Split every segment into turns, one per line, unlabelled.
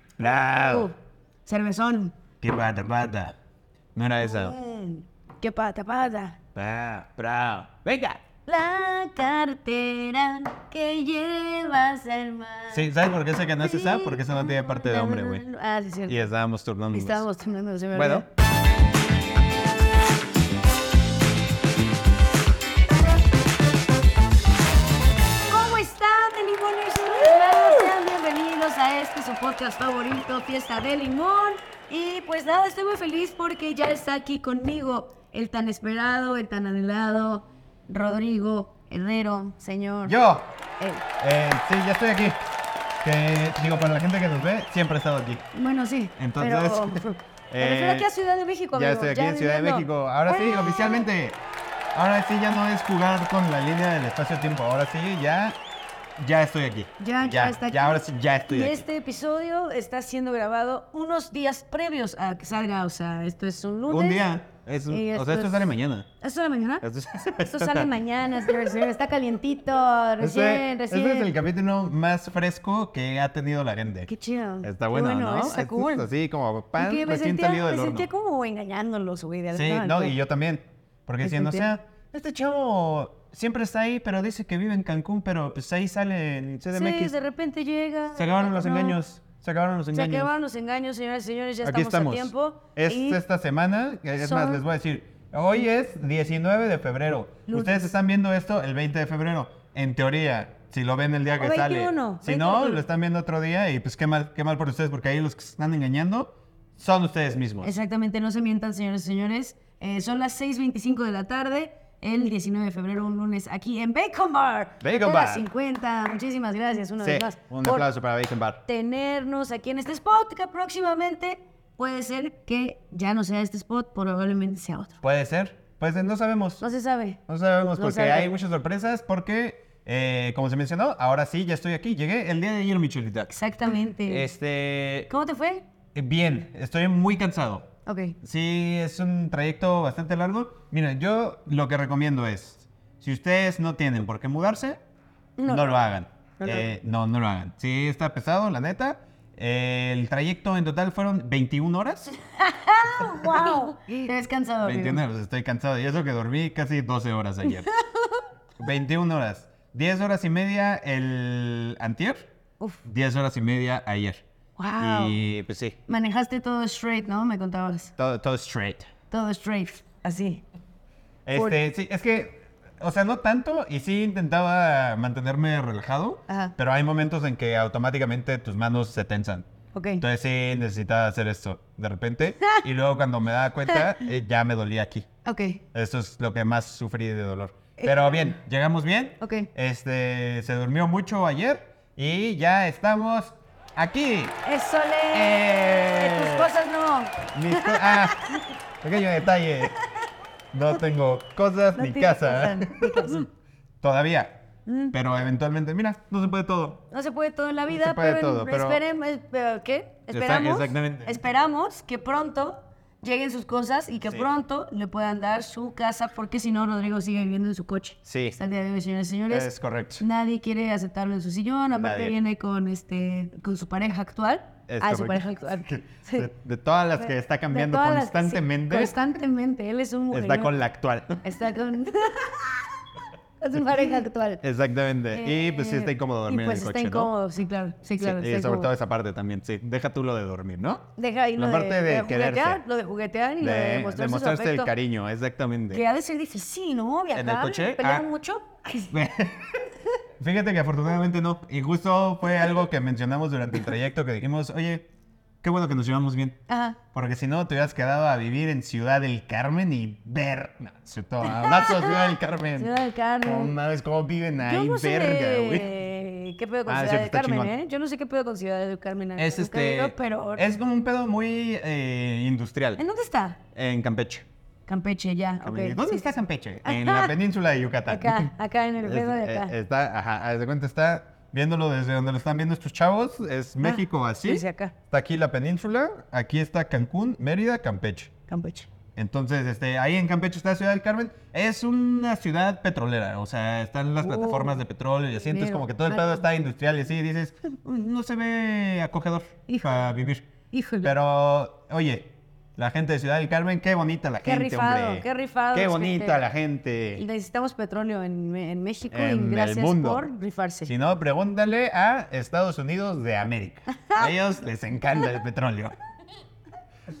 Uh,
Bravo.
Cervezón.
¿Qué pata, pata? No era
Eh.
esa.
Mm, ¿Qué pata, pata?
Bravo, bravo. Venga.
La cartera que llevas al mar.
Sí, ¿sabes por qué esa que no es esa? Porque esa no tiene parte de hombre, güey.
Ah, sí, es cierto.
Y estábamos turnando.
Estábamos turnando, se me
Bueno.
olvidó.
¿Cómo están, de limones? Sean bienvenidos a este su podcast favorito, Fiesta de Limón. Y pues nada, estoy muy feliz porque ya está aquí conmigo el tan esperado, el tan anhelado Rodrigo Herrero, señor.
Yo.
Eh,
Eh, sí, ya estoy aquí. Que, digo, para la gente que nos ve, siempre he estado aquí.
bueno, sí.
Entonces,
Pero, pero
eh,
estoy aquí a Ciudad de México,
Ya
amigo,
estoy aquí en Ciudad de
viviendo. Ah.
México. Ahora sí,
¡Güey!
oficialmente. Ahora sí ya no es jugar con la línea del espacio-tiempo. Ahora sí, ya. Ya estoy aquí.
Ya, ya está aquí.
Ya, ahora sí, ya estoy
Y
aquí.
este episodio está siendo grabado unos días previos a que salga, o sea, esto es un lunes.
Un día. es un-
Y
o
esto
sea, esto
es-
sale mañana.
¿Esto de mañana?
Esto,
Esto sale mañana, señor, señor, está calientito,
Este,
recién,
este
recién.
es el capítulo más fresco que ha tenido la gente.
Qué chido.
Está
Qué
bueno, ¿no?
eso Está
Esto
cool.
es así como
Y
pan
que me
recién
sentía,
salido del
me
horno.
sentía como engañándolos, güey. de
Sí,
verdad,
no,
güey.
y yo también. Porque
Me
diciendo, o
sentí-
sea, este chavo siempre está ahí, pero dice que vive en Cancún, pero pues ahí sale en CDMX.
Sí, de repente llega.
Se acabaron los
no.
engaños. Se acabaron los
Se
engaños.
acabaron los engaños, señoras y señores, ya
Aquí
estamos,
estamos.
a tiempo.
Es este
y
esta semana. que Es más,
son-
les voy a decir. Hoy es 19 de febrero.
Lunes.
Ustedes están viendo esto el 20 de febrero. En teoría, si lo ven el día
O
que sale.
21,
Si
20,
no,
21.
lo están viendo otro día y pues qué mal, qué mal por ustedes, porque ahí los que se están engañando son ustedes mismos.
Exactamente, no se mientan, señores y señores. Eh, son las 6.25 de la tarde, el 19 de febrero, un lunes, aquí en Bacon Bar.
Bacon
de
Bar.
las 50. Muchísimas gracias una
Sí,
vez más.
un
por
aplauso para Bacon Bar.
tenernos aquí en este spot, que próximamente puede ser que ya no sea este spot, probablemente sea otro.
Puede ser. Pues no sabemos.
No se sabe.
No sabemos
No
porque
sabe.
hay muchas sorpresas porque, eh, como se mencionó, ahora sí, ya estoy aquí. Llegué el día de ayer, mi chulita.
Exactamente.
Este,
¿Cómo te fue?
bien, estoy muy cansado.
Ok.
Sí, es un trayecto bastante largo. Mira, yo lo que recomiendo es, si ustedes no tienen por qué mudarse, no,
No.
lo hagan.
No lo
Eh, No, no lo hagan. Sí, está pesado, la neta. Eh, el trayecto en total fueron 21 horas.
¡Wow! Te ves cansado, amigo.
21 horas, estoy cansado. Y eso que dormí casi 12 horas ayer. 21 horas. 10 horas y media el antier.
Uf.
10 horas y media ayer.
Wow.
Y pues sí,
Manejaste todo straight, ¿no? Me contabas.
todo, todo straight.
Todo straight. Así. Por-
Este, sí, es que, o sea, no tanto, y sí intentaba mantenerme relajado,
Ajá.
pero hay momentos en que automáticamente tus manos se tensan.
Ok.
Entonces sí necesitaba hacer esto de repente, y luego cuando me daba cuenta, eh, ya me dolía aquí.
Ok.
Eso es lo que más sufrí de dolor. Pero bien, llegamos bien.
Eh, Ok.
Este, se durmió mucho ayer y ya estamos aquí.
¡Eso le!
¡Eh!
Tus cosas no.
Mis co- ah, pequeño detalle. No tengo cosas
No
ni
tienes
casa. ¿eh?
cosas Mm. ni casa.
Todavía. Pero eventualmente, mira, no se puede todo.
No se puede todo en la vida,
se puede
pero,
todo, pero-
esperemos, espe- ¿qué? Esperamos,
exactamente.
esperamos que pronto lleguen sus cosas y que
Sí.
pronto le puedan dar su casa, porque si no, Rodrigo sigue viviendo en su coche.
Sí.
Hasta el día de hoy, señoras y señores.
Es correcto.
Nadie quiere aceptarlo en su sillón, aparte
Nadie.
viene con este con su pareja actual.
Es
ah,
correcto.
su pareja actual. Sí.
De, de todas las que está
De
cambiando
todas las que- sí,
constantemente,
constantemente, él es un
está
mujeriego.
con la actual.
Está con... con su pareja actual.
Exactamente. y pues sí está
Eh,
incómodo dormir
y
en
pues
el
está
coche, ¿no?
incómodo, sí, claro. Sí,
Sí,
claro.
y
está
sobre
incómodo.
todo esa parte también, sí. Deja tú lo de dormir, ¿no?
Deja ahí
la
lo
parte
de,
de
de
quererse.
juguetear, lo de juguetear y lo de
De,
mostrarse, su
demostrarse el
afecto,
cariño, exactamente.
Que ha de ser difícil, ¿no? Viajar,
el coche?
pelear
Ah.
mucho. Ay,
Fíjate que afortunadamente no. Y justo fue algo que mencionamos durante el trayecto que dijimos, oye, qué bueno que nos llevamos bien.
Ajá.
Porque si no, te hubieras quedado a vivir en Ciudad del Carmen y ver... No, cierto, abrazo, Ciudad del Carmen.
Ciudad del
No
Carmen.
mames, cómo viven
Yo
ahí,
no sé
verga, güey.
qué pedo con
Ah,
Ciudad
cierto,
del
está
Carmen,
chingón.
¿eh? Yo no sé qué pedo con Ciudad del Carmen. la
Es
nunca he
este...
ido, pero...
Es como un pedo muy eh, industrial.
¿En dónde está?
En Campeche.
Campeche, ya.
Campeche.
Ah, ok.
¿Dónde
Sí,
está
sí, sí.
Campeche? En la península de Yucatán.
Acá, acá, en el
Es-
pedo de
eh,
acá.
Está, ajá, haz de cuenta, está viéndolo desde donde lo están viendo estos chavos. Es México así.
desde Ah, acá.
Está aquí la península, aquí está Cancún, Mérida, Campeche.
Campeche.
Entonces, este, ahí en Campeche está Ciudad del Carmen. Es una ciudad petrolera, o sea, están
Uh,
las plataformas de petróleo y así. Entonces,
Pero,
como que todo el pedo está industrial y así. Dices, "Mm, no se ve acogedor para vivir.
Híjole.
Pero, oye, la gente de Ciudad del Carmen, qué bonita la
Qué
gente,
rifado,
hombre.
qué rifado
Qué
es
bonita
gente.
la gente.
Necesitamos petróleo en, Me- en México
En
y
el
gracias
mundo.
por rifarse.
Si no, pregúntale a Estados Unidos de América. A ellos les encanta el petróleo.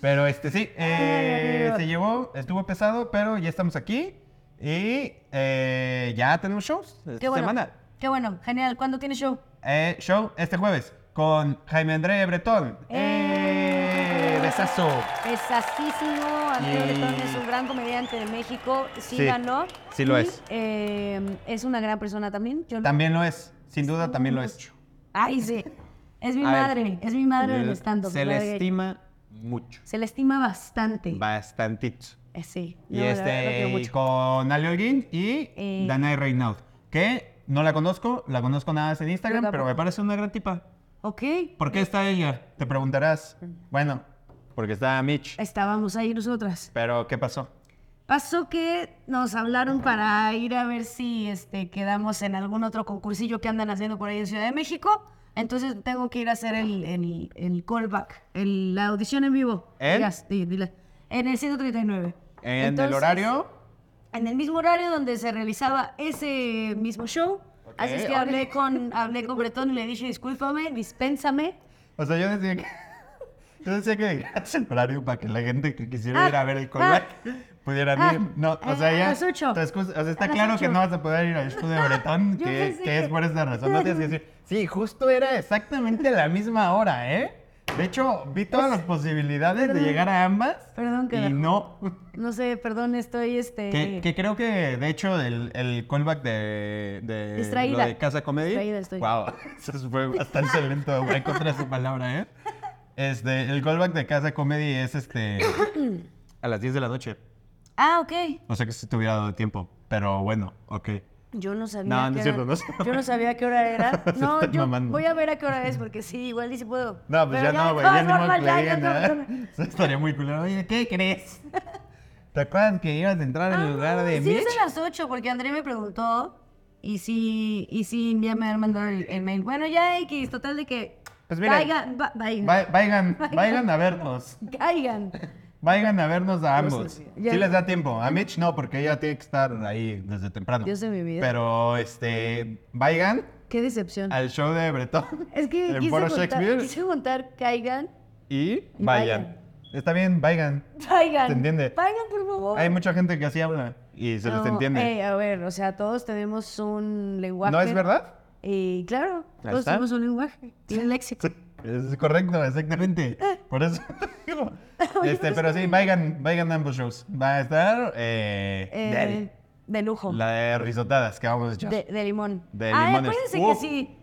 Pero este sí, eh,
amigo.
se llevó, estuvo pesado, pero ya estamos aquí y eh, ya tenemos shows esta
Qué bueno.
semana.
Qué bueno, genial. ¿Cuándo tiene show?
Eh, show este jueves con Jaime André Bretón.
Eh.
¡Eh! ¡Besazo!
Pesasísimo. Andrés
Y-
Bretón es un gran comediante de México. Sí,
Sí,
ganó.
sí lo
Y,
es.
eh, es una gran persona también. Yo lo-
También lo es, sin duda también lo es.
Ay, sí. Es mi
A ver.
madre. Es mi madre del stand-up.
Se le
madre.
estima mucho,
Se le estima bastante.
bastantito.
Eh, sí.
Y
No, la verdad, lo quiero
este, y
mucho.
con Ale Holguín y
Eh.
Danae Reinaud. Que no la conozco, la conozco nada más en Instagram,
Yo
pero me parece una gran tipa.
Ok.
¿Por qué está ella? Te preguntarás.
Mm.
Bueno, porque está Mitch.
Estábamos ahí nosotras.
Pero, ¿qué pasó?
Pasó que nos hablaron para ir a ver si este, quedamos en algún otro concursillo que andan haciendo por ahí en Ciudad de México. Entonces tengo que ir a hacer el, el, el callback, el- la audición en vivo.
¿En?
Digas, di- dile. en el 139.
En el
Entonces,
horario.
En el mismo horario donde se realizaba ese mismo show.
Ok,
Así es que
órale.
hablé con, hablé con Bretón y le dije, discúlpame, dispénsame.
O sea, yo decía que. Yo decía que gratis el horario para que la gente que quisiera ir a ver el callback pudieran
ah,
ir. No, o sea,
a
ya.
las ocho.
tu excusa- o sea,
A
está
las
claro que
ocho.
no vas a poder ir al show de Bretón, que,
Yo pensé
que es
que-
por esa razón. No tienes que decir, sí, justo era exactamente la misma hora, ¿eh? De hecho, vi todas las posibilidades de llegar a ambas
Perdón, que
y no.
No sé, perdón, estoy este...
Que, que creo que, de hecho, el, el callback de, de, lo
Distraída.
de Casa Comedy.
Distraída estoy.
Wow, eso fue bastante lento, güey, contra su palabra, ¿eh? Este, el callback de Casa Comedy es este. a las 10 de la noche.
Ah, ok.
No sé que si te hubiera dado tiempo, pero bueno, ok.
Yo no sabía.
No,
a
no
qué
es cierto,
hora-
no sé.
Yo no sabía a qué hora era.
Se
No,
están
yo
mamando.
voy a ver a qué hora es porque sí, igual y si puedo.
No, pues ya
Pero
no,
de
güey,
todas
ya ni modo
formas,
que
ya,
le
ya
digan
tengo-
nada. Eso estaría muy culero. Oye, ¿qué crees? ¿Te acuerdas que ibas a entrar en el lugar de
Ah, Sí,
Mitch?
es a las 8 porque André me preguntó y sí, y sí, ya me han mandado el, el mail. Bueno, ya X, total de que
Pues mira,
caigan, va- vayan,
Va- Vayan, vayan a vernos.
caigan.
Vayan a vernos a
Dios
ambos.
mío. Ya-
Sí les da tiempo. A Mitch no, porque ella tiene que estar ahí desde temprano.
Dios de mi vida.
Pero, este, vayan
Qué decepción.
al show de Bretón.
es que
en
quise
Foro
juntar,
Shakespeare.
quise juntar caigan,
Y
vayan.
vayan. Está bien, vayan.
vayan.
¿Se entiende?
Vayan, por favor.
Hay mucha gente que así habla y se les
No, eh,
entiende.
ey, a ver, o sea, todos tenemos un lenguaje.
¿No es verdad?
Y claro,
Ahí
todos
está.
tenemos un lenguaje y un léxico.
Sí, Es correcto, exactamente.
Eh.
Por eso. digo,
pues
este, pero sí, vayan, vayan a ambos shows. Va a estar eh,
Eh, de lujo.
la de risotadas que vamos a echar.
De, de limón.
De
Ay,
limones.
acuérdense
Uh.
que sí.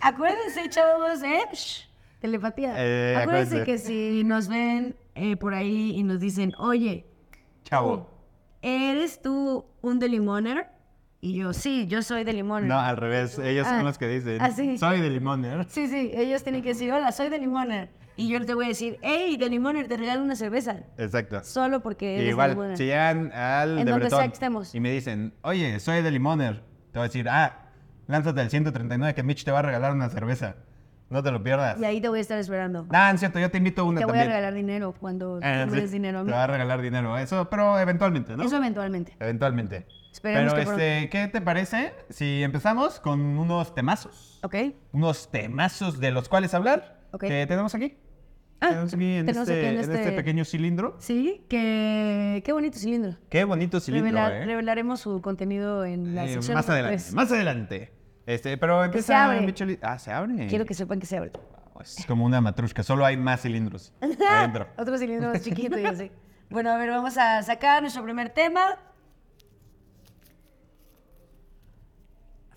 acuérdense, chavos, ¿eh? Shh, Telepatía.
Eh,
acuérdense,
acuérdense.
que si nos ven eh, por ahí y nos dicen, oye,
Chavo.
¿eres tú un de limoner? Y yo, sí, yo soy de limoner.
No, al revés. Ellos
Ah,
son los que dicen.
ah, sí.
Soy de limón, ¿eh?
Sí, sí, ellos tienen que decir, hola, soy de limoner. Y yo te voy a decir, hey, de limoner, te regalo una cerveza.
Exacto.
Solo porque eres de
Igual,
limoner.
si llegan al
En
de
donde sea
Bretón
que estemos.
y me dicen, oye, soy de Limoner, te voy a decir, ah, lánzate al 139 que Mitch te va a regalar una cerveza. No te lo pierdas.
Y ahí te voy a estar esperando.
Ah, es cierto, yo te invito a una
Te voy a
también.
regalar dinero cuando tú
Ah,
me
sí,
des dinero a mí.
Te va a regalar dinero, eso, pero eventualmente, ¿no?
Eso eventualmente.
Eventualmente.
Esperemos
pero,
que
este, ¿qué te parece si empezamos con unos temazos?
Ok.
Unos temazos de los cuales hablar
Ok.
que tenemos aquí.
Ah,
tenemos aquí en,
tenemos
este,
aquí en
en este
este-
pequeño cilindro.
Sí, que... qué bonito cilindro.
Qué bonito cilindro,
Revela-
¿eh?
Revelaremos su contenido en la
Eh,
sección. pues,
más adelante,
después.
más adelante. Este, pero empieza
abre.
Micheli- Ah, se abre. Oh,
Quiero que sepan que se abre.
Es como una matrushka, solo hay más cilindros adentro.
Otro cilindro más chiquito y así. Bueno, a ver, vamos a sacar nuestro primer tema.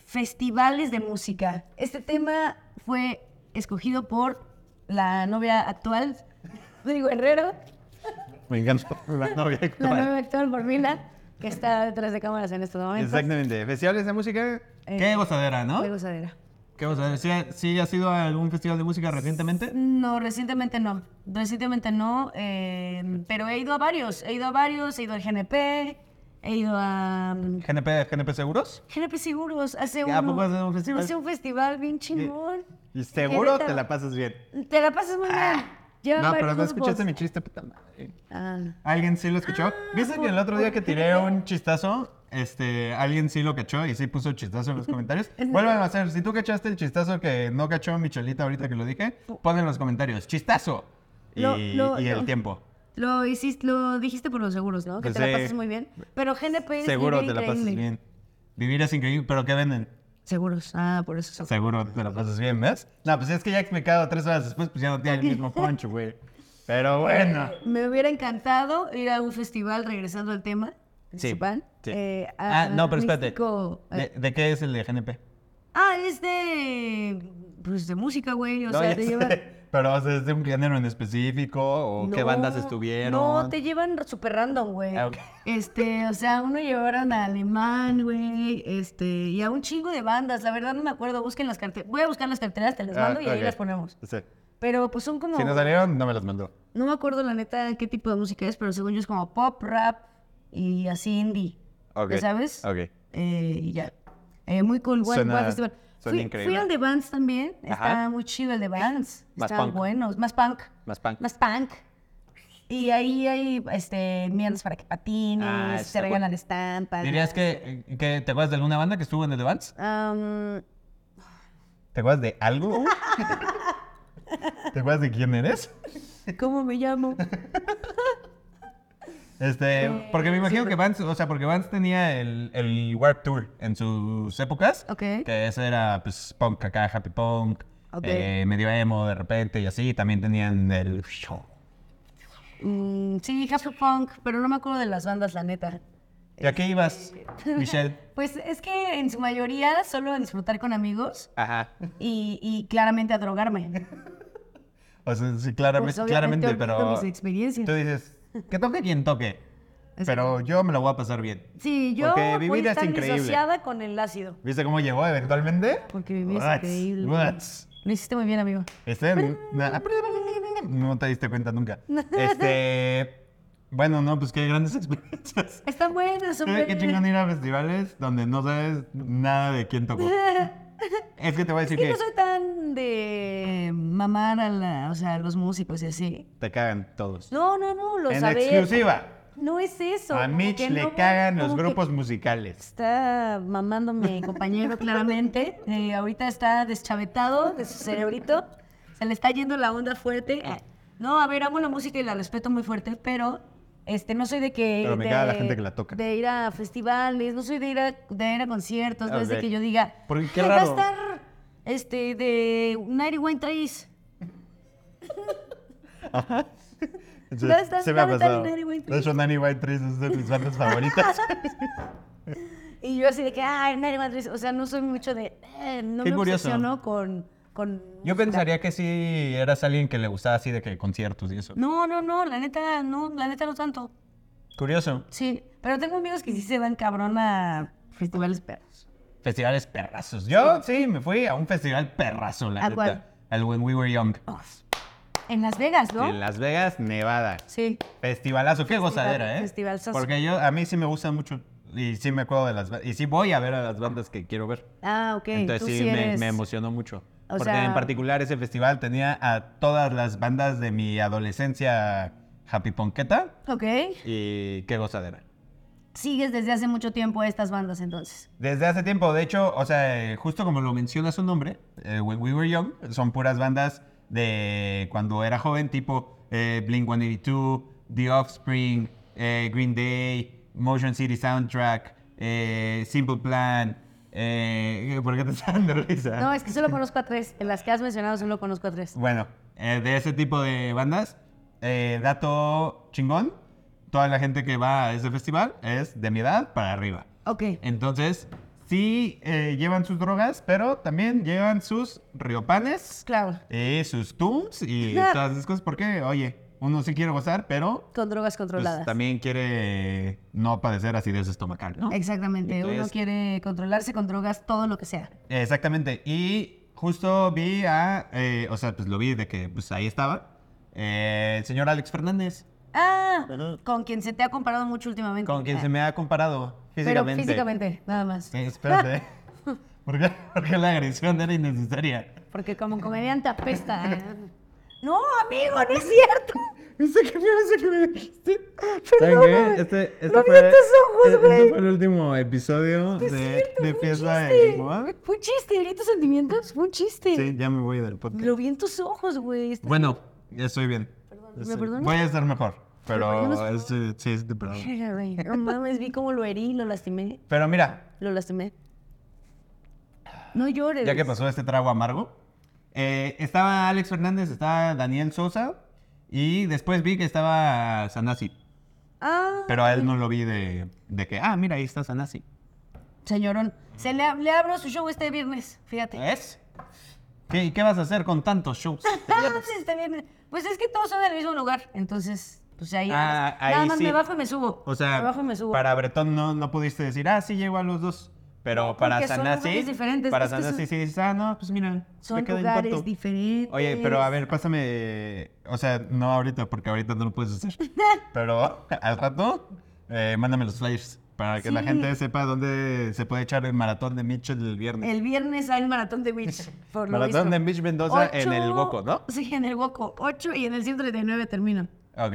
Festivales de música. Este tema fue escogido por la novia actual, Rodrigo Herrero,
Me encanta la novia
la
actual.
novia actual por Mila, que está detrás de cámaras en estos momentos.
Exactamente, festivales de música.
Eh,
Qué gozadera, ¿no?
Qué gozadera.
¿Qué vamos a ver? ¿Sí, ha- sí has ido a algún festival de música recientemente?
No, recientemente no. Recientemente no, eh, pero he ido a varios. He ido a varios, he ido al GNP, he ido a... mm,
¿GNP, GNP Seguros?
GNP Seguros, hace
¿A
uno-
poco haces un festival?
Hace un festival bien chingón.
Y seguro te
Querétaro.
la pasas bien.
Te la pasas muy bien. Llevan
Ah. No, pero
varios
no escuchaste
grupos.
mi chiste, puta madre.
Ah.
¿Alguien sí lo escuchó? ¿Viste que el otro día que tiré un chistazo, este, alguien sí lo cachó y sí puso chistazo en los comentarios? Vuelvan a hacer, si tú cachaste el chistazo que no cachó Michelita ahorita que lo dije, pon en los comentarios, chistazo. Y,
Oh. Lo- lo-
y el
lo-
tiempo.
Lo hiciste, lo dijiste por los seguros, ¿no? Que
Pues
te la
sí.
pasas muy bien. Pero GNP es
Seguro
vivir
te la pasas
increíble.
bien. Vivir es increíble, pero ¿qué venden?
Seguros, ah, por eso. son-
Seguro te la pasas bien, ¿ves? No, pues es que ya explicado tres horas después, pues ya no tiene el mismo poncho, güey. Pero bueno.
Me hubiera encantado ir a un festival, regresando al tema. principal,
sí.
eh, a-
Ah, no, pero espérate.
artístico, eh,
¿De, de qué es el de GNP?
Ah, es de. Pues de música, güey. O
No,
sea,
ya
te
sé.
llevan.
Pero, o sea, ¿es de un género en específico? ¿O qué
No,
bandas estuvieron?
No, te llevan súper random, güey.
Ah, ok.
Este, o sea, uno llevaron a Alemán, güey, este, y a un chingo de bandas. La verdad no me acuerdo. Busquen las carteras. Voy a buscar las carteras, te las
Ah,
mando y ahí
ok.
las ponemos.
Sí.
Pero pues son como.
Si no salieron, no me las mandó.
No me acuerdo la neta qué tipo de música es, pero según yo es como pop, rap y así indie.
Ok,
¿Ya ¿Sabes?
ok.
Eh, y ya. Eh, muy cool. Buen, buen
Suena-
festival.
suena
fui,
increíble.
fui al de Vans también. Está
Ajá.
muy chido el de Vans.
Más
Están
punk.
buenos. Más punk.
Más punk.
Más punk. Y ahí hay este, mierdas para que patines,
Ah,
se
está cool.
regalan estampas.
¿Dirías que, que te acuerdas de alguna banda que estuvo en el Vans?
Am,
¿Te acuerdas de algo? ¿Te acuerdas de quién eres?
¿Cómo me llamo?
Este,
Eh,
porque me imagino que Vans, o sea, porque Vans tenía el, el Warp Tour en sus épocas.
Ok.
Que ese era, pues, punk acá, happy punk,
Ok.
eh, medio emo de repente y así. También tenían el...
Mm, sí, Happy Punk, pero no me acuerdo de las bandas, la neta.
¿Y a qué ibas, Michelle?
Pues es que en su mayoría solo a disfrutar con amigos
Ajá.
y, y claramente a drogarme.
O sea, sí, claramente,
Pues, obviamente,
claramente
olvido
pero
mis experiencias.
tú dices, que toque quien toque,
Es-
pero yo me lo voy a pasar bien.
Sí, yo
Porque
voy
vivir
a
es
estar
increíble.
disociada con el ácido.
¿Viste cómo llegó eventualmente?
Porque vivir es
What?
increíble.
What?
Lo hiciste muy bien, amigo.
Este, na- no te diste cuenta nunca. Este, bueno, no, pues qué grandes experiencias.
Están buenas,
Eh,
hombre.
Qué chingón ir a festivales donde no sabes nada de quién tocó. Es que te voy a
Es
decir
que
que
no soy tan de mamar a, la, o sea, a los músicos y así.
te cagan todos.
No, no, no, lo
en
sabes.
exclusiva,
No es eso.
a
como
Mitch
que
le
no-
cagan los
como que
grupos musicales.
Está mamando mi compañero claramente. Eh, ahorita está deschavetado de su cerebrito. Se le está yendo la onda fuerte. Ah, No, a ver, amo la música y la respeto muy fuerte, pero este no soy de que...
Pero me
de-
caga la gente que la toca.
De ir a festivales, no soy de ir a, de ir a conciertos, no es de
Ok.
que yo diga...
Porque qué
"Ay, Va a
raro".
estar este, de Nighty Wine Trace.
Sí,
No, está-
sí me ha
no, está
pasado.
bien, Nanny White
De hecho, Nanny White Trees es de mis bandas favoritas.
Y yo así de que, ay, Nighty Wine Trace. O sea, no soy mucho de... eh, no
Qué
me
curioso.
obsesiono con... con
Yo pensaría que sí eras alguien que le gustaba así de que conciertos y eso.
No, no, no, la neta, no, la neta no tanto.
Curioso.
Sí, pero tengo amigos que sí se van cabrón a festivales perros.
Festivales perrazos. Yo sí me fui a un festival perrazo, la
¿A
neta.
cuál?
Al When We Were Young.
En Las Vegas, ¿no?
En Las Vegas, Nevada.
Sí.
Festivalazo, qué gozadera, ¿eh?
festivalzazo.
Porque yo, a mí sí me gustan mucho. Y sí me acuerdo de las ba- Y sí voy a ver a las bandas que quiero ver.
Ah, ok.
Entonces
tú
sí,
sí
me,
eres-
me emocionó mucho.
O
porque
sea-
en particular ese festival tenía a todas las bandas de mi adolescencia happy ponqueta
Ok.
y qué gozadera.
Sigues desde hace mucho tiempo a estas bandas entonces.
Desde hace tiempo, de hecho, o sea, eh, justo como lo menciona su nombre, eh, When We Were Young, son puras bandas de cuando era joven, tipo eh, Blink 182, The Offspring, eh, Green Day, Motion City Soundtrack, eh, Simple Plan. eh, ¿Por qué te estás dando risa?
No, es que solo conozco a tres. En las que has mencionado solo conozco a tres.
Bueno, eh, de ese tipo de bandas, eh, dato chingón, toda la gente que va a ese festival es de mi edad para arriba.
Ok.
Entonces, sí eh, llevan sus drogas, pero también llevan sus riopanes,
Claro.
eh, sus tums y
Ja.
todas esas cosas, porque, oye, uno sí quiere gozar, pero
Con drogas
pues,
controladas.
también quiere eh, no padecer acidez estomacal, ¿no?
Exactamente.
Entonces-
Uno quiere controlarse con drogas todo lo que sea.
Exactamente. Y justo vi a, eh, o sea, pues lo vi de que pues ahí estaba, eh, el señor Alex Fernández,
Ah, con quien se te ha comparado mucho últimamente.
con quien se me ha comparado
Pero
físicamente.
físicamente, nada más.
Sí, espérate. ¿Por qué, por qué la agresión era innecesaria?
Porque como comediante apesta. ¿eh? No, amigo, no es cierto.
¿Viste que me que me dijiste?
Perdóname.
Este, este
No
fue,
vi tus ojos,
e-
güey.
Este fue el último episodio
No es
de,
cierto,
de
fue un
Fiesta de
chiste.
Limón.
Fue un chiste, leí tus sentimientos, fue un chiste.
Sí, ya me voy del podcast.
Lo vi en tus ojos, güey. Este Está-
Bueno, ya estoy bien.
¿me
Estoy-
perdonas?
Voy a estar mejor, pero
perdonas, por
es- sí, sí, te perdono.
Verga, güey. No mames, vi cómo lo herí, lo lastimé,
Pero mira,
lo lastimé. No llores.
ya que pasó este trago amargo, eh, estaba Alex Fernández, estaba Daniel Sosa y después vi que estaba Sanasi.
Ah,
Pero a él no lo vi de, de que, ah, mira, ahí está Sanasi.
señorón. Se le, ab- le abro su show este viernes, fíjate.
¿Es? ¿Qué, ¿Qué vas a hacer con tantos shows?
Este viernes. Pues es que todos son del mismo lugar, entonces, pues ahí.
Ah, ahí
nada más
sí.
me bajo y me subo.
O sea,
me bajo y me subo.
para Bretón no, no pudiste decir, ah, sí llego a los dos. Pero
No,
para
porque son
Sanasi,
lugares diferentes,
para
es que son-
Sanasi sí dices, ah, no, pues mira, se
Son
queda
lugares
intacto".
diferentes.
Oye, pero a ver, pásame, eh, o sea, no ahorita, porque ahorita no lo puedes hacer, pero al rato, eh, mándame los flyers para que la
Sí.
gente sepa dónde se puede echar el maratón de Mitchell el viernes.
El viernes hay el maratón de Witch. Por lo
Maratón
visto.
de Mitch Mendoza en el
Ocho-
Woco, ¿no?
Sí, en el Woco. 8 y en el 139 termina.
Ok,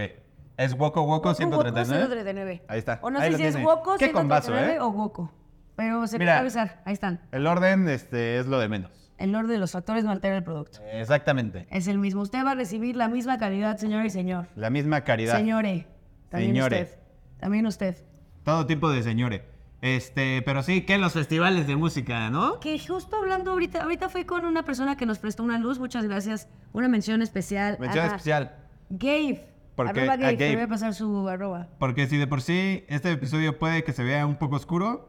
es Woco Woco
Woco,
139.
139.
Ahí está,
O no
ahí lo
sé si es
tiene.
Woco
Qué combazo,
139
¿eh?
o Woco. Pero se
Mira.
puede avisar. Ahí están.
El orden este, es lo de menos.
El orden de los factores no altera el producto.
Exactamente.
Es el mismo. Usted va a recibir la misma calidad, señor y señor.
La misma caridad.
Señore. También
Señore.
usted. También usted.
Todo tipo de señores. Este, pero sí, que los festivales de música, ¿no?
Que justo hablando ahorita, ahorita fue con una persona que nos prestó una luz. Muchas gracias. Una mención especial.
Mención
Ajá.
especial.
Gabe.
¿Por qué?
Arroba
A
Gabe. Te
Gabe.
voy a pasar su arroba.
Porque si de por sí este episodio puede que se vea un poco oscuro,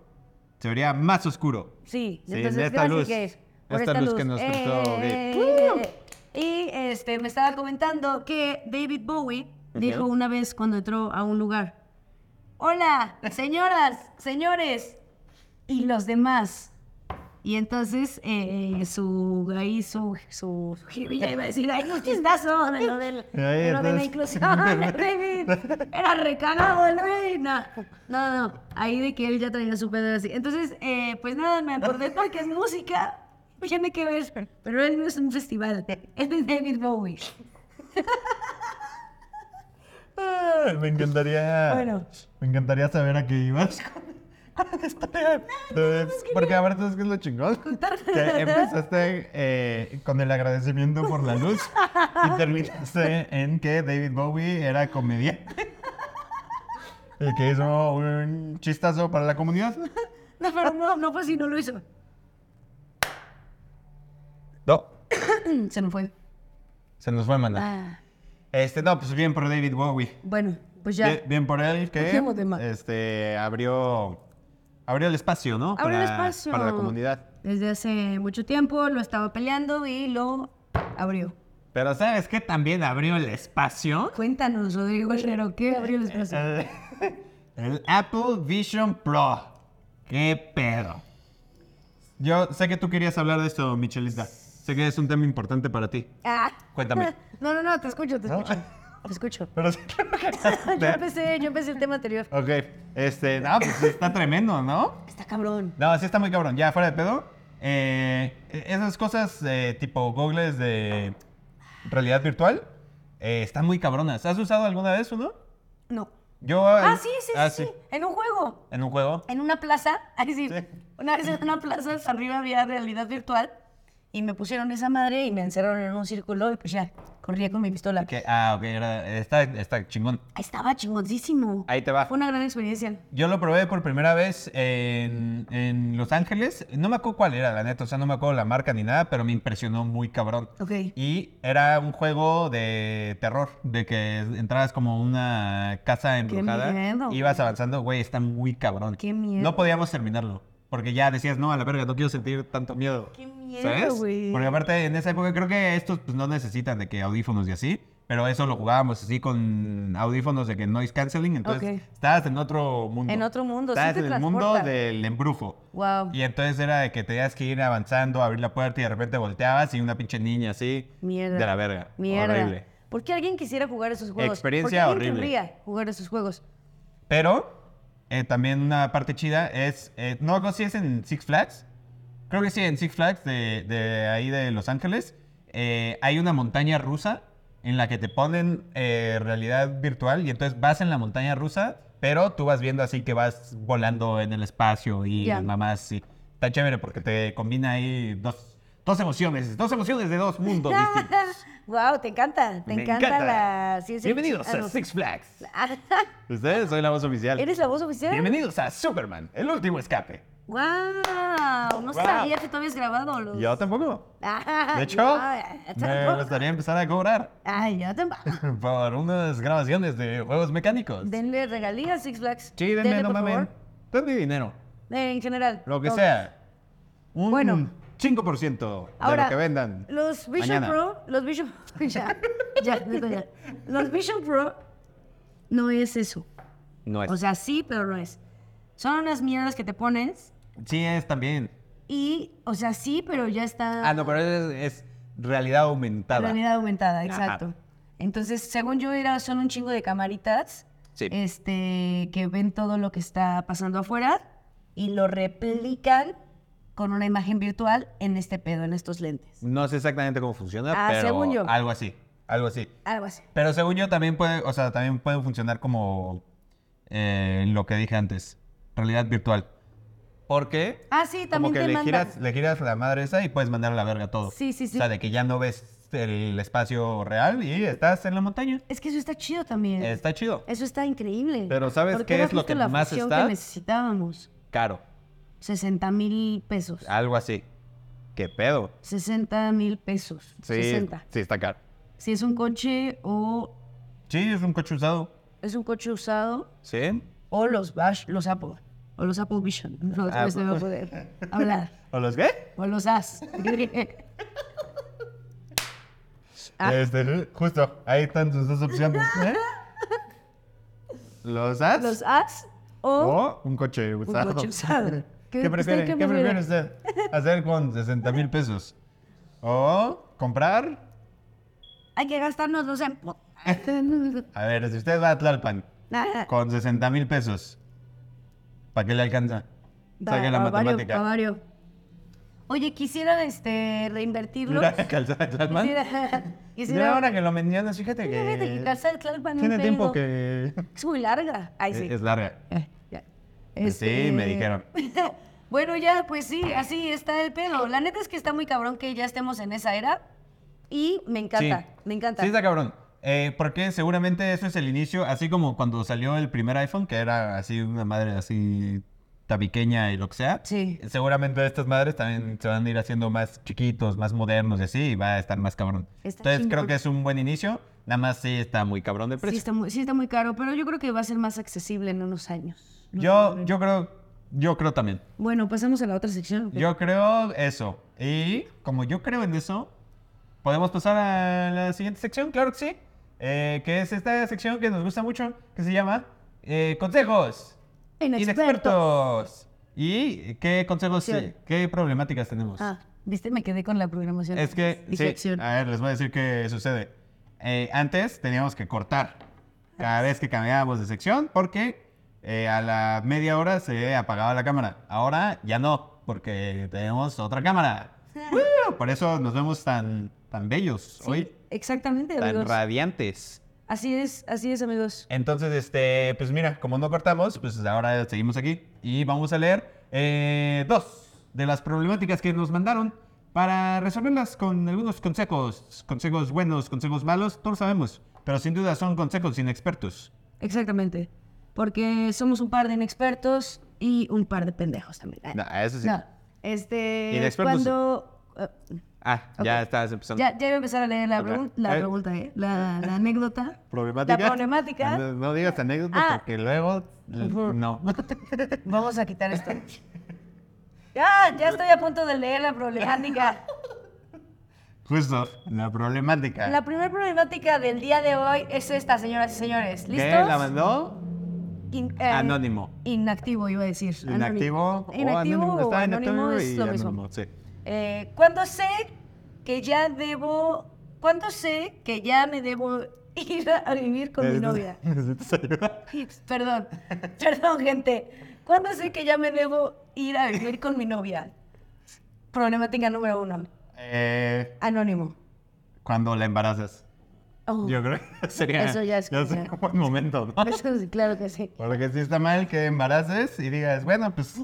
se vería más oscuro.
Sí,
Sí,
entonces
de esta
gracias,
luz,
Gabe,
de
por
esta luz que nos prestó Gabe.
Eh, Y este, me estaba comentando que David Bowie dijo una vez cuando entró a un lugar, hola, señoras, señores, y los demás. Y entonces eh, su ahí su su su jibilla iba a decir ay un chistazo de lo, del- de, lo de la
entonces-
inclusión David era recagado el güey, no. no no no, ahí de que él ya traía su pedo así entonces eh, pues nada me acordé porque es música pues tiene que ver pero él no es un festival es de David Bowie
me encantaría.
Bueno.
Me encantaría saber a qué ibas con, con la historia. Entonces, porque aparte es que es lo chingón. Que empezaste eh, con el agradecimiento por la luz y terminaste en que David Bowie era comediante. Y que hizo un chistazo para la comunidad.
no pero no no fue así no lo hizo
No.
se me fue
Se nos fue a mandar.
Ah,
Este, no, pues bien por David Bowie.
bueno pues ya
Bien, bien por él que
Dejemos de mal.
este, abrió, abrió el espacio, ¿no?
Abrió el
Para-
espacio.
Para la comunidad.
desde hace mucho tiempo lo estaba peleando y lo abrió
Pero ¿sabes qué también abrió el espacio?
Cuéntanos, Rodrigo Herrero, ¿qué abrió el espacio?
El, el Apple Vision Pro. ¿Qué pedo? Yo sé que tú querías hablar de esto, Michelita. Sé que es un tema importante para ti.
Ah.
Cuéntame.
No, no, no, te escucho, te
¿No?
escucho. Te escucho.
Pero sí creo
Yo
que-
empecé, yo empecé el tema anterior.
Ok, este, no, pues está tremendo, ¿no?
Está cabrón.
No, sí está muy cabrón. Ya, fuera de pedo. eh, esas cosas eh, tipo gogles de realidad virtual eh, están muy cabronas. ¿Has usado alguna vez uno?
No.
Yo.
Ah,
eh,
sí, sí,
ah,
sí, sí. En un juego,
En un juego.
en una plaza, es decir,
Sí.
una vez en una plaza, hasta arriba había realidad virtual y me pusieron esa madre y me encerraron en un círculo y pues ya, corría con mi pistola.
Que- ah, ok, era- está, está chingón.
Estaba chingoncísimo.
Ahí te va.
Fue una gran experiencia.
Yo lo probé por primera vez en, en Los Ángeles. No me acuerdo cuál era, la neta. O sea, no me acuerdo la marca ni nada, pero me impresionó muy cabrón.
Ok.
Y era un juego de terror, de que entrabas como una casa embrujada,
miedo,
ibas avanzando, güey, está muy cabrón.
Qué miedo.
No podíamos terminarlo, porque ya decías, no, a la verga, no quiero sentir tanto miedo.
Qué miedo,
¿Sabes?
güey.
Porque aparte en esa época creo que estos pues, no necesitan de que audífonos y así, pero eso lo jugábamos así con audífonos de que noise canceling, entonces
Ok.
estabas en otro mundo.
En otro mundo, sí
Estabas
te
en el mundo
transporta.
del embrujo.
Wow.
Y entonces era de que tenías que ir avanzando, abrir la puerta y de repente volteabas y una pinche niña así.
Mierda.
De la verga.
Mierda.
Horrible.
¿Por qué alguien quisiera jugar esos juegos?
Experiencia
¿Por qué alguien
horrible.
querría jugar esos juegos?
Pero eh, también una parte chida es, eh, no sé si es en Six Flags, creo que sí, en Six Flags de, de ahí de Los Ángeles, eh, hay una montaña rusa en la que te ponen eh, realidad virtual y entonces vas en la montaña rusa, pero tú vas viendo así que vas volando en el espacio y
Ya.
mamás sí. Está chévere porque te combina ahí dos, dos emociones, dos emociones de dos mundos distintos.
wow, te encanta. Te
Me
encanta,
encanta.
la ciencia
Bienvenidos
ficción. Ah,
a Six Flags. Ustedes soy la voz oficial.
¿Eres la voz oficial?
Bienvenidos a Superman, el último escape.
Wow, no
Wow.
sabía que tú habías grabado los.
Yo tampoco.
Ah,
De hecho,
yo
me
tampoco.
gustaría empezar a cobrar
Ay, yo tampoco.
por unas grabaciones de juegos mecánicos.
Denle regalías a Six Flags.
Sí, denme,
Denle,
no
por
mamen.
favor.
Denme dinero,
Eh, En general.
lo que
todo.
sea. Un
Bueno.
5% de
Ahora,
lo que vendan.
Los Vision
mañana.
Pro, los Vision ya, ya, neta, ya. Los Vision Pro no es eso.
No
O sea, sí, pero no es. Son unas mierdas que te pones
Sí, es también.
y, o sea, sí, pero ya está
Ah, no, pero es, es realidad aumentada.
realidad aumentada, exacto. Entonces, según yo, era, son un chingo de camaritas
Sí.
este, que ven todo lo que está pasando afuera y lo replican con una imagen virtual en este pedo, en estos lentes.
No sé exactamente cómo funciona,
Ah,
pero
según yo.
algo así. Algo así.
Algo así.
Pero según yo también puede, o sea, también pueden funcionar como eh, lo que dije antes, realidad virtual. Porque
Ah, sí,
como
también
que
te
le
mandan.
giras, le giras la madre esa y puedes mandar a la verga todo.
Sí, sí, sí.
O sea, de que ya no ves el espacio real y estás en la montaña.
Es que eso está chido también.
Está chido.
Eso está increíble.
Pero ¿sabes
Porque
qué
era
es lo
justo
que
la
más
función
está?
que necesitábamos.
Caro.
60 mil pesos.
Algo así. ¿Qué pedo?
60 mil pesos. 60.
Sí, está caro.
Si es un coche o
Sí, es un coche usado.
es un coche usado
¿Sí?
o los Bash, los Apple. O los Apple Vision.
Ah,
No, después no voy a
pues.
poder hablar.
¿O los qué?
O los As. Ah.
Este, justo, ahí están sus dos opciones. ¿eh? ¿Los has?
los As o...
O un coche usado.
coche usado. ¿Qué-
¿Qué,
usted
prefiere?
qué
¿Qué prefiere
prefiere?
usted? Hacer con 60 mil pesos. O comprar.
Hay que gastarnos los... em-
A ver, si usted va a Tlalpan
Nada.
con 60 mil pesos, ¿para qué le alcanza?
Va,
Saque la
va, vario, va,
matemática.
vario. Oye, quisiera este, reinvertirlos.
Mira, calzada de Tlalpan.
Quisiera...
Mira,
quisiera
ahora que lo mencionas, fíjate que.
Fíjate que calzada de Tlalpan,
Tiene
un
tiempo
pedo.
que.
Es muy larga. Ay, sí.
Es larga.
Eh, ya.
Sí,
Este,
me dijeron.
bueno, ya, pues sí, así está el pedo. La neta es que está muy cabrón que ya estemos en esa era. Y me encanta,
Sí.
me encanta.
Sí, está cabrón. Eh, porque seguramente eso es el inicio, así como cuando salió el primer iPhone, que era así una madre así tabiqueña y lo que sea.
Sí.
Seguramente estas madres también se van a ir haciendo más chiquitos, más modernos y así, y va a estar más cabrón.
Está
Entonces
chingón.
creo que es un buen inicio, nada más sí está muy cabrón de
Sí
precio.
está, muy, sí está muy caro, pero yo creo que va a ser más accesible en unos años.
yo, yo creo, yo creo también.
Bueno, pasamos a la otra sección. ¿ok?
Yo creo eso. Y como yo creo en eso, podemos pasar a la siguiente sección, claro que sí. Eh, que es esta sección que nos gusta mucho, que se llama eh, Consejos Inexpertos. ¿Y qué consejos,
Sí.
eh, qué problemáticas tenemos?
Ah, viste, me quedé con la programación.
Es que,
Dije
sí, ah,
acción.
a ver, les voy a decir qué sucede. Eh, antes teníamos que cortar cada vez que cambiábamos de sección porque eh, a la media hora se apagaba la cámara. Ahora ya no, porque tenemos otra cámara. ¡Woo! Por eso nos vemos tan, tan bellos
Sí,
hoy,
Exactamente,
tan
amigos.
radiantes.
Así es, así es, amigos.
Entonces, este, pues mira, como no cortamos, pues ahora seguimos aquí y vamos a leer eh, dos de las problemáticas que nos mandaron para resolverlas con algunos consejos, consejos buenos, consejos malos, todos sabemos, pero sin duda son consejos inexpertos.
Exactamente. Porque somos un par de inexpertos y un par de pendejos también. Ay,
eso
No, este.
Inexpertos.
Cuando. eh,
Ah,
ya Ok.
estás empezando.
ya, ya iba a empezar a leer la,
Ok.
pregun- la
Eh.
pregunta, ¿eh? La, la anécdota.
Problemática.
La problemática. No-
digas anécdota
Ah.
porque luego
Ujú.
no.
Vamos a quitar esto. ya, ya estoy a punto de leer la problemática.
Justo, la problemática.
La primera problemática del día de hoy es esta, señoras y señores.
¿Qué?
¿Listos?
¿La mandó?
In- eh,
Anónimo.
Inactivo, iba a decir. Anónimo.
Inactivo. o
Inactivo
anónimo.
o
Está
anónimo
inactivo
es
y
lo mismo.
anónimo, sí.
Eh, ¿Cuándo sé que ya debo... ¿Cuándo sé que ya me debo ir a a vivir con mi
Necesitas-
novia?
necesitas ayuda.
Perdón, perdón, gente. ¿Cuándo sé que ya me debo ir a vivir con mi novia? Problemática número uno.
Eh,
Anónimo.
cuando la embarazas.
Oh,
Yo creo que sería.
Eso ya es
ya
como-
sería un buen momento, ¿no?
eso sí, claro que sí.
Porque si está mal que embaraces y digas, bueno, pues,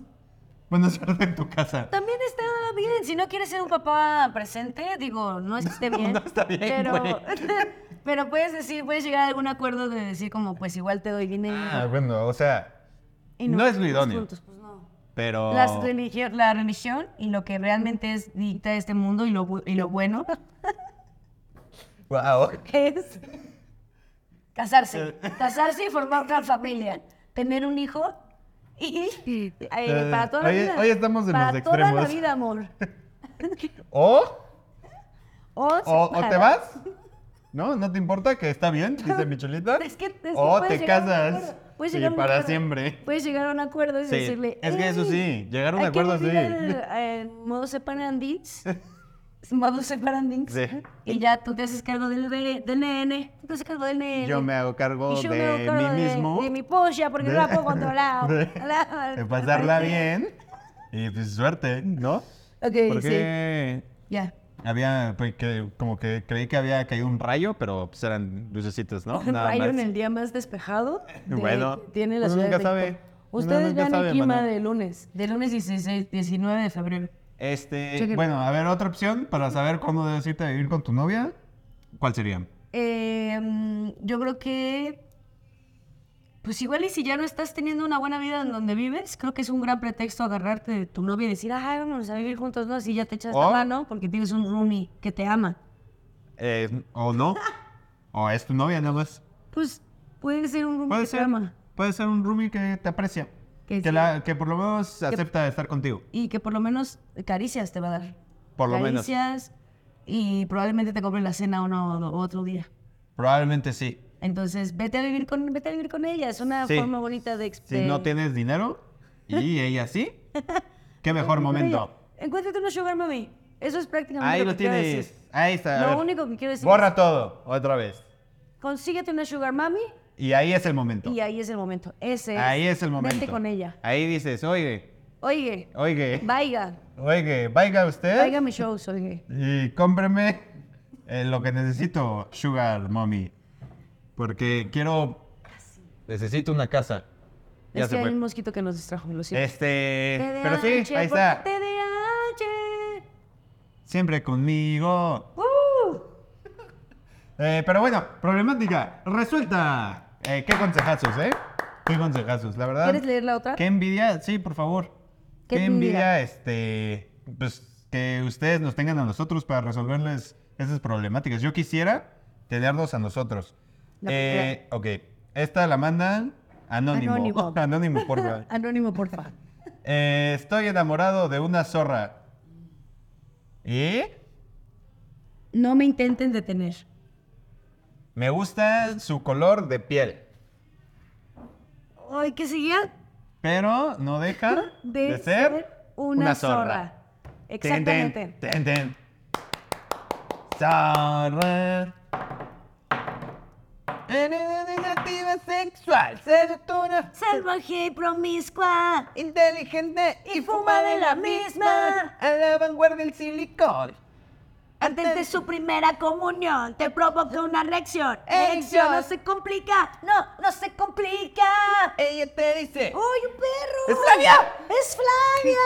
buena suerte en tu casa.
También está bien, si no quieres ser un papá presente, digo, no es que esté bien.
No está bien,
pero,
güey.
pero puedes decir, puedes llegar a algún acuerdo de decir como, pues igual te doy dinero.
Ah, bueno, o sea,
y
no es lo
vivimos
idóneo. Oh.
juntos, pues no.
pero.
Las religio- la religión y lo que realmente es dicta este mundo y lo, bu- y lo bueno
Wow.
es
Eh.
casarse. Casarse y formar una familia. Tener un hijo y eh, para toda la
Oye,
vida.
hoy estamos en
para
los
toda la
extremos.
vida, amor.
O,
O,
o, o te
para-
vas, ¿no? No te importa que está bien, dice mi chulita.
Es que, es que
o
puedes
te
llegar a un
casas
acuerdo, puedes
y
llegar a un
para
acuerdo,
siempre.
Puedes llegar a un acuerdo y
Sí,
decirle.
es que eso
"Ey,
sí, llegar a un
hay que
acuerdo, sí".
vivir el, eh, modo separandix. modo separandix.
Sí.
Y ya tú te haces cargo del, bebé- del nene. Tú te haces cargo del nene.
Yo me hago cargo
y yo me hago
de
cargo
mí
de-
mismo.
De, mi polla, porque
de-
no la puedo controlar.
de-
La-
de ¿Eh? pasarla bien. Y pues suerte, ¿no?
Ok, sí.
Porque
Ya.
había, pues, que- como que creí que había caído un rayo, pero pues eran lucecitas, ¿no?
Un
Nada
rayo en
más.
el día más despejado de-
Bueno,
que tiene la
uno
ciudad de
nunca
México.
sabe. Uno
Ustedes
nunca
vean
sabe,
aquí más
maná.
de lunes. De lunes 16, 19 de febrero.
Este,
Chequen.
bueno, a ver, otra opción para saber cuándo debes irte a vivir con tu novia. ¿Cuál sería?
Eh, mm, yo creo que, pues igual y si ya no estás teniendo una buena vida en donde vives, creo que es un gran pretexto agarrarte de tu novia y decir, ay, vamos a vivir juntos, ¿no? Si ya te echas la
O-
mano porque tienes un roomie que te ama.
Eh, o no. o es tu novia nada más.
Pues puede ser un roomie
Puede
que te
ser,
ama.
puede ser un roomie que te aprecia.
Que
Que,
sí.
la- que por lo menos acepta estar contigo.
Y que por lo menos caricias te va a dar.
Por lo menos.
caricias y probablemente te compre la cena uno o otro día.
Probablemente sí.
Entonces, vete a vivir con, vete a vivir con ella. Es una
Sí.
forma bonita de... exp-
Si no
de-
tienes dinero y ella sí, qué mejor momento.
Oye, Encuéntrate una sugar mami. Eso es prácticamente
Ahí
lo,
lo
que quiero decir.
tienes. Ahí está. a
Lo
ver.
único que quiero decir
Borra todo, otra vez.
es, consíguete una sugar mami
Y ahí es el momento.
y ahí es el momento. Ese es.
Ahí es el momento.
Vente con ella.
Ahí dices, oye,
Oye,
oye,
vaya,
oye, vaya usted
vaya mis shows, oye.
y cómpreme eh, lo que necesito, Sugar Mommy. Porque quiero... Necesito una casa. Ya
es
se
que hay
fue.
un mosquito que nos distrajo, lo siento.
Este... Pero
TDAH,
sí, ahí
¿por qué
está.
TDAH.
Siempre conmigo.
¡Uh!
Eh, pero bueno, problemática resuelta. Eh, qué consejazos, ¿eh? Qué consejazos, la verdad.
¿Quieres leer la otra?
Qué envidia, sí, por favor.
Qué
Qué,
envidia.
envidia, este, pues que ustedes nos tengan a nosotros para resolverles esas problemáticas. Yo quisiera tenerlos a nosotros.
La
Eh, ok, esta la mandan anónimo.
Anónimo.
Anónimo, por favor.
Anónimo, porfa.
Eh, estoy enamorado de una zorra. ¿Y?
No me intenten detener.
Me gusta su color de piel.
Ay, que seguía
Pero no deja
de,
de, ser, una, zorra. Ten, ten,
Exactamente.
ten, ten. Zorra. Eres una nativa sexual, seductora,
Salvaje y promiscua.
inteligente
Y fuma de la misma.
A la vanguardia del silicón.
Antes de su primera comunión te provoca una reacción. Erección
Erección.
no se complica. No, no se complica.
Ella te dice.
¡Uy, un perro!
¡Es Flavia!
¡Es Flavia!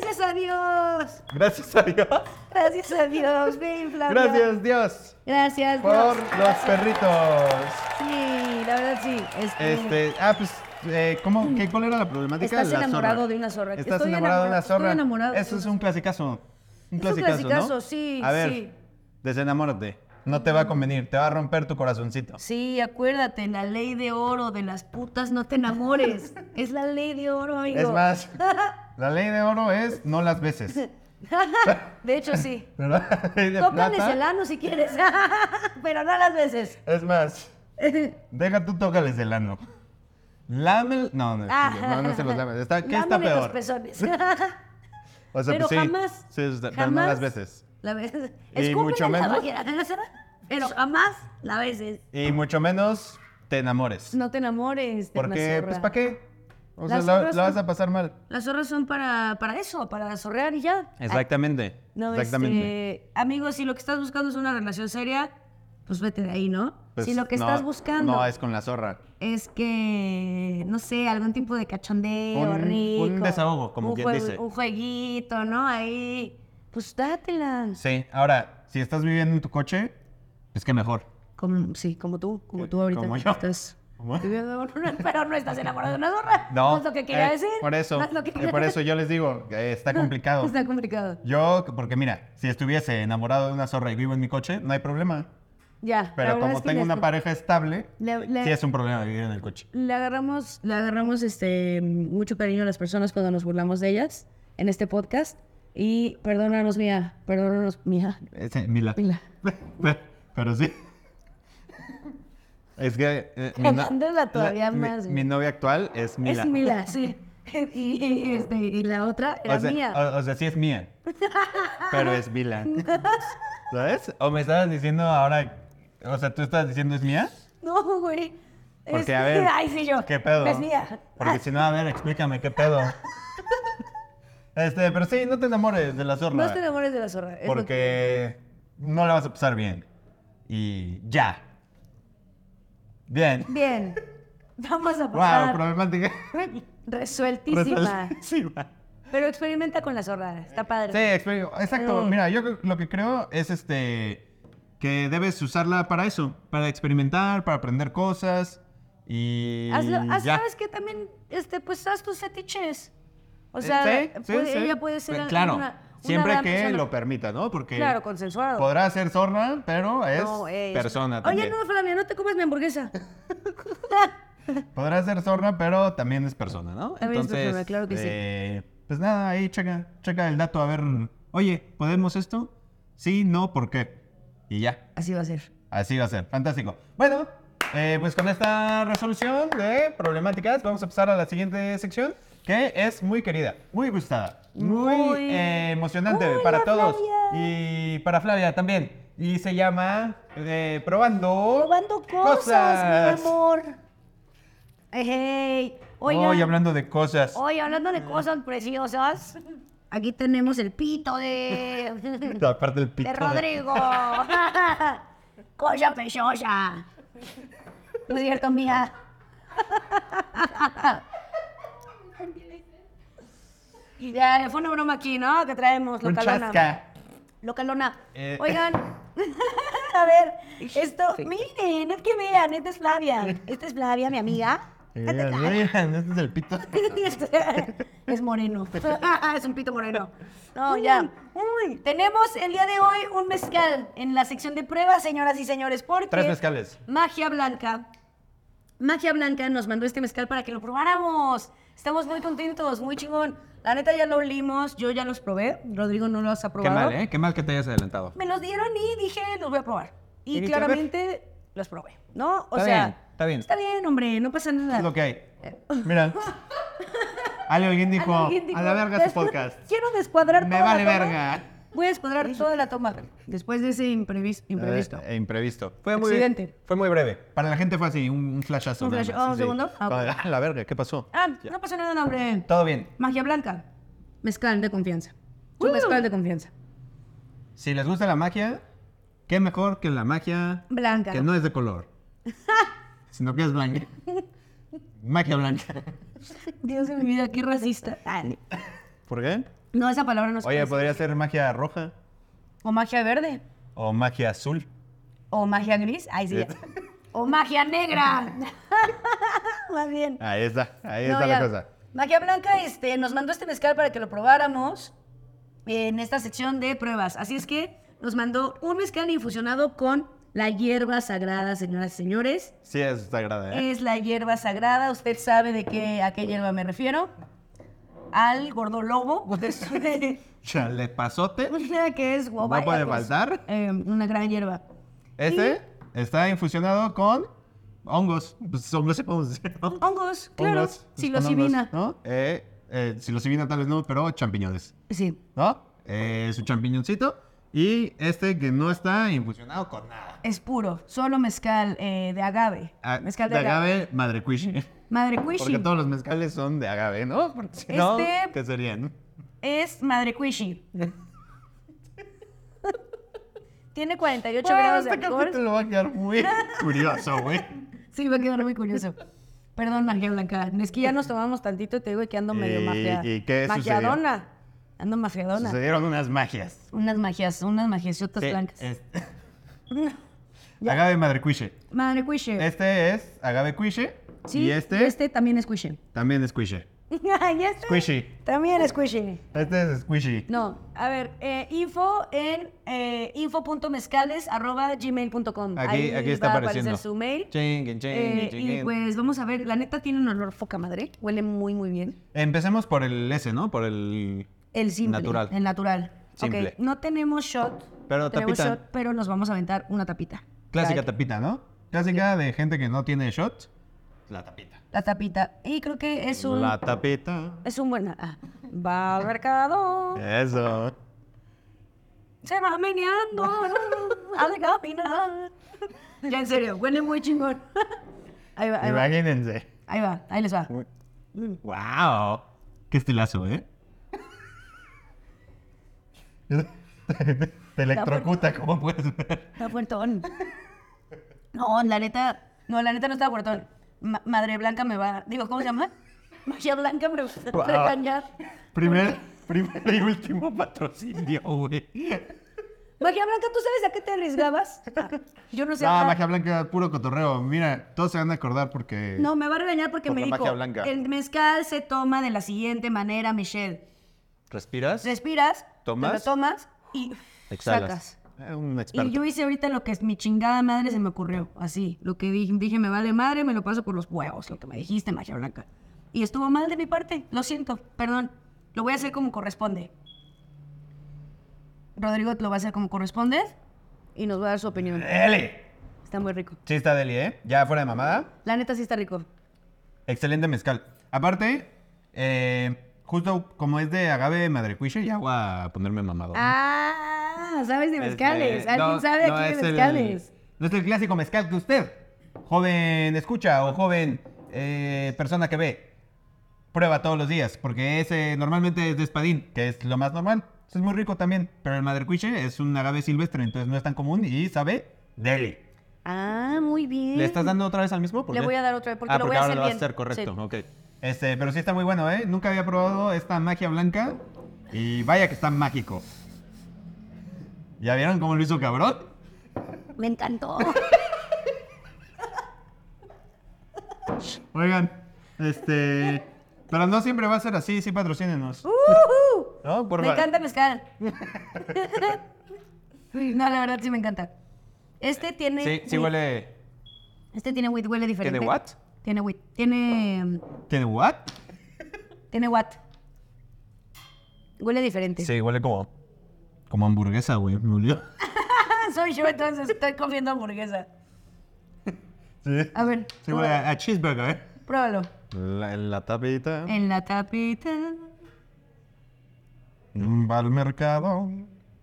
Gracias a Dios.
Gracias a Dios.
Gracias a Dios. Ven, Flavia.
Gracias Dios
Gracias,
por
Dios.
los perritos.
Sí, la verdad sí. Este,
Este, ah, pues, eh, ¿cómo, qué, ¿cuál era la problemática?
Estás
La zorra.
enamorado de una zorra.
Estás
Estoy
enamorado de una
enamorado-
zorra.
estoy enamorado de
Eso
una
es un clasicazo. Un
Es un
clasicazo, ¿no?
clasicazo, sí,
A ver,
sí.
desenamórate. No te va a convenir, te va a romper tu corazoncito.
Sí, acuérdate, la ley de oro de las putas no te enamores. es la ley de oro, amigo.
Es más, la ley de oro es no las beses.
de hecho, sí.
¿Verdad? Y de
Tócales
plata.
el ano si quieres, pero no las veces.
Es más, deja tú tócales el ano. Lámel. No, no, Ah, no, no se los lames. Está, ¿Qué está
Lámele
peor?
Ah. los pezones.
O sea,
pero
pues sí.
jamás.
Sí, está- pero no
jamás
las veces.
La veces.
Y mucho menos-
Pero jamás la veces.
Y mucho menos te enamores.
No te enamores. de una
porque,
zorra.
pues, ¿para qué? O sea,
Las
la,
zorras
la vas
son-
a pasar mal.
Las zorras son para, para eso, para zorrear y ya.
Exactamente.
Ah, No,
Exactamente.
este, amigos, si lo que estás buscando es una relación seria, pues vete de ahí, ¿no?
Pues,
si lo que
no,
estás buscando
No,
es...
es con la zorra.
que, no sé, algún tipo de cachondeo
Un-
rico.
un desahogo, como
un
quien
juego-
dice.
Un jueguito, ¿no? Ahí, pues dátela.
Sí, ahora, si estás viviendo en tu coche, pues qué mejor.
Como, sí, como tú, como tú
Eh,
ahorita.
como
que
yo.
Estás
Como-
viviendo con una- pero no estás enamorado de una zorra.
No.
es lo que quería
eh,
decir.
Por eso.
no es lo que
eh, por eso yo les digo, eh, está complicado.
Está complicado.
Yo, porque mira, si estuviese enamorado de una zorra y vivo en mi coche, no hay problema.
Ya. la
Pero
verdad
como
es que
tengo
les-
una pareja estable,
Le- le-
sí es un problema vivir en el coche.
Le agarramos, le agarramos este, mucho cariño a las personas cuando nos burlamos de ellas en este podcast. Y perdónanos, mía. Perdónanos, mía.
Ese, Mila.
Mila.
Pero, sí. Es que. eh, mi, no-
Amándola todavía
mi-
más, güey.
mi novia actual es Mila.
Es Mila, sí. Y, y, este, y la otra era
o sea,
mía.
O, o sea, sí es mía. Pero es Mila. ¿Sabes? O me estabas diciendo ahora. O sea, tú estabas diciendo es mía.
No, güey.
Porque,
Es-
a ver,
Ay, sí, yo.
¿Qué pedo?
Es mía. Ah.
Porque si no, a ver, explícame qué pedo. Este, pero sí, no te enamores de la zorra.
Ah, No te enamores de la zorra. es lo que-
Porque no la vas a pasar bien. Y ya. Bien.
Bien. Vamos a
Wow,
pasar.
problemática.
Resueltísima.
Resueltísima.
Pero experimenta con la zorra. Está padre.
Sí, experim- exacto.
Mm.
Mira, yo creo- lo que creo es este que debes usarla para eso, para experimentar, para aprender cosas y
Hazlo- haz-
ya.
sabes que también, este, pues haz tus fetiches. O sea,
Eh, sí, sí,
puede-
sí.
ella puede ser
Pero
una-
claro,
una
siempre
gran
que
persona.
lo permita, ¿no? Porque
Claro, consensuado.
podrá ser zorra, pero es
No, eh,
persona
Oye,
también.
no, Flavia, no te comas mi hamburguesa.
Podrá ser zorra, pero también es persona, ¿no?
También es persona, claro que sí.
eh, Pues nada, ahí checa, checa el dato a ver, oye, ¿podemos esto? Sí, no, ¿por qué? Y ya.
Así va a ser.
Así va a ser, fantástico. Bueno, eh, pues con esta resolución de problemáticas vamos a pasar a la siguiente sección que es muy querida, muy gustada, muy,
Muy-
eh, emocionante
¡Hola,
para todos
Flavia!
y para Flavia también. Y se llama eh, Probando,
Probando cosas, mi amor. Ey, oigan,
Hoy hablando de cosas.
oye, hablando de cosas preciosas, aquí tenemos el pito de...
Aparte el pito
De
de-
Rodrigo. Cosa pechosa. No es cierto, mía. Y ya, fue una broma aquí, ¿no? Que traemos,
Un
localona.
chasca.
Localona.
Eh.
Oigan, a ver, esto, miren, es que vean, esta es Flavia. Esta es Flavia, mi amiga.
Mira, mira, este es el pito.
es moreno. Ah, es un pito moreno. No, ya. Uy, tenemos el día de hoy un mezcal en la sección de pruebas, señoras y señores, porque...
Tres mezcales.
Magia Blanca. Magia Blanca nos mandó este mezcal para que lo probáramos. Estamos muy contentos, muy chingón. La neta ya lo olimos, yo ya los probé. Rodrigo no los ha
Qué
probado.
mal, ¿eh? Qué mal que te hayas adelantado.
Me los dieron y dije, los voy a probar. Y
Tiene que
claramente los probé, ¿no? O
Está
sea,
bien, está bien.
Está bien, hombre, no pasa nada.
Es lo que hay. Mira. Alguien dijo,
Alguien dijo,
a la verga este
"Después-
podcast.
Quiero descuadrar
Me
toda la
vale
toma".
verga.
Voy a descuadrar toda la toma. Después de ese imprevis- imprevisto.
Eh, eh, imprevisto. Fue muy,
Accidente.
fue muy breve. Para la gente fue así, un, un flashazo.
Un
nada
flash-
más,
ah, un
así.
segundo. Ah,
Ah, la verga, ¿qué pasó?
Ah, no pasa nada, hombre.
Todo bien.
Magia blanca. Mezcal de confianza.
Uh.
Un mezcal de confianza.
Si les gusta la magia, qué mejor que la magia
Blanca.
que no es de color, sino que es blanca. Magia blanca.
Dios de mi vida, qué racista. Ah, no.
¿Por qué?
No, esa palabra no se
Oye, pues.
puede
podría ser magia roja
decir. O magia verde.
o magia azul.
O magia gris. Ahí sí.
Eh.
ya. o magia negra. Más bien.
Ahí está, ahí
No,
está la
ya.
cosa.
Magia Blanca este, nos mandó este mezcal para que lo probáramos en esta sección de pruebas. Así es que nos mandó un mezcal infusionado con la hierba sagrada, señoras y señores.
Sí, eso está agrada, ¿eh?
Es la hierba sagrada, usted sabe de qué, a qué hierba me refiero. al gordolobo,
Chalepazote.
una que es guabaya,
puede
pues,
faltar.
eh, una gran hierba.
Este está infusionado con hongos. Pues hongos se podemos decir, ¿no?
Hongos, Oh, claro.
Hongos, pues,
Psilocibina.
con hongos, ¿no? Eh, eh, psilocibina tal vez no, pero champiñones.
Sí.
¿No? Eh, es un champiñoncito. Y este que no está infusionado con nada.
Es puro, solo mezcal eh, de agave.
Ah,
mezcal
de agave, madre cuishi.
Madre
Porque
cuishi.
todos los mezcales son de agave, ¿no? Porque si no,
Este-
¿qué serían?
Es madre cuishi. Tiene 48
Bueno,
grados de
este
alcohol.
capítulo va a quedar muy curioso, güey.
Sí, va a quedar muy curioso. Perdón, Magia Blanca. Es que ya nos tomamos tantito y te digo que ando medio
¿Y-
magia.
Eh, y qué sucedió?
Magiadona. Ando magiadona.
Sucedieron unas magias.
Unas magias, unas magiosiotas
Sí,
blancas.
Eh, es- agave madre cuishi.
Madre cuiche.
Este es agave cuishi.
Sí,
y este,
también es cuiche.
también es cuishi.
y este
Squishy.
también es cuiche.
Este es squishy.
No, a ver, eh, info en eh, info.mezcales.gmail.com.
Aquí,
Ahí
aquí
va
está
a
apareciendo.
aparecer su mail.
Chinguen, chinguen,
Eh, y
chinguen.
pues vamos a ver, la neta tiene un olor foca madre, huele muy muy bien.
Empecemos por el S, ¿no? Por el.
El simple,
Natural.
el natural.
Simple.
Ok, no tenemos shot,
Pero
tenemos
tapita.
shot, pero nos vamos a aventar una tapita.
Clásica
Like,
tapita, ¿no? Clásica de gente que no tiene shot. La tapita.
La tapita. Y creo que es un
La tapita.
es un buen ah, va al mercado.
Eh. Eso.
Se va meneando al caminar. Ya en serio, huele muy chingón. Ahí va, ahí va,
Imagínense.
ahí va, ahí les va.
Mm. ¡Wow! Qué estilazo, ¿eh? Te electrocuta, como puedes ver.
Está fuertón. No, la neta, no, la neta no está fuertón. Ma- Madre Blanca me va, digo, ¿cómo se llama? Magia Blanca me va
Wow.
a regañar.
Primer, primer y último patrocinio, güey.
Magia Blanca, ¿tú sabes a qué te arriesgabas? Ah, Yo no sé.
No,
ah,
magia blanca, puro cotorreo. Mira, todos se van a acordar porque.
No, me va a regañar porque
Por
me
la
dijo,
magia blanca.
el mezcal se toma de la siguiente manera, Michelle.
¿Respiras?
Respiras,
Tomas.
te lo tomas y sacas.
Eh, Un experto.
Y yo hice ahorita lo que es mi chingada madre se me ocurrió, así. Lo que dije, dije, me vale madre, me lo paso por los huevos, lo que me dijiste, magia blanca. Y estuvo mal de mi parte, lo siento, perdón. Lo voy a hacer como corresponde. Rodrigo lo va a hacer como corresponde y nos va a dar su opinión.
Deli.
Está muy rico.
Sí, está Deli, ¿eh? Ya fuera de mamada.
La neta sí está rico.
Oh. Excelente mezcal. Aparte, eh, justo como es de agave madrecuiche, ya voy a ponerme mamado.
Ah, sabes de
Este,
mezcales. Alguien
no,
sabe
no
aquí
es
de
el-
mezcales.
no es el clásico mezcal que usted, joven escucha o joven eh, persona que ve, prueba todos los días, porque ese normalmente es de espadín, que es lo más normal. Eso es muy rico también, pero el madrecuiche es un agave silvestre, entonces no es tan común y sabe deli.
Ah, muy bien.
¿Le estás dando otra vez al mismo? ¿Por
Le
qué?
voy a dar otra vez, porque
ah,
lo
porque
voy a
ahora
hacer
lo vas a
bien.
hacer
Sí.
correcto, ok. Este, pero sí está muy bueno, ¿eh? Nunca había probado esta magia blanca y vaya que está mágico. ¿Ya vieron cómo lo hizo cabrón?
Me encantó.
Oigan, este... Pero no siempre va a ser así, sí patrocínenos.
¡Ujú!
¿No? Por
Uh, me
fa-
encanta mezcal. no, la verdad sí me encanta. Este tiene.
Sí, sí
wheat.
huele...
Este tiene wheat, huele diferente.
what?
Tiene wheat. Tiene. mm,
¿Tiene what?
Tiene what. Huele diferente.
huele como... Como hamburguesa, güey. me olió.
Ah, soy yo, entonces estoy comiendo hamburguesa.
Sí.
A ver,
Sí huele a, a cheeseburger, ¿eh?
pruébalo.
La, la tapita.
En la tapita.
Va al mercado.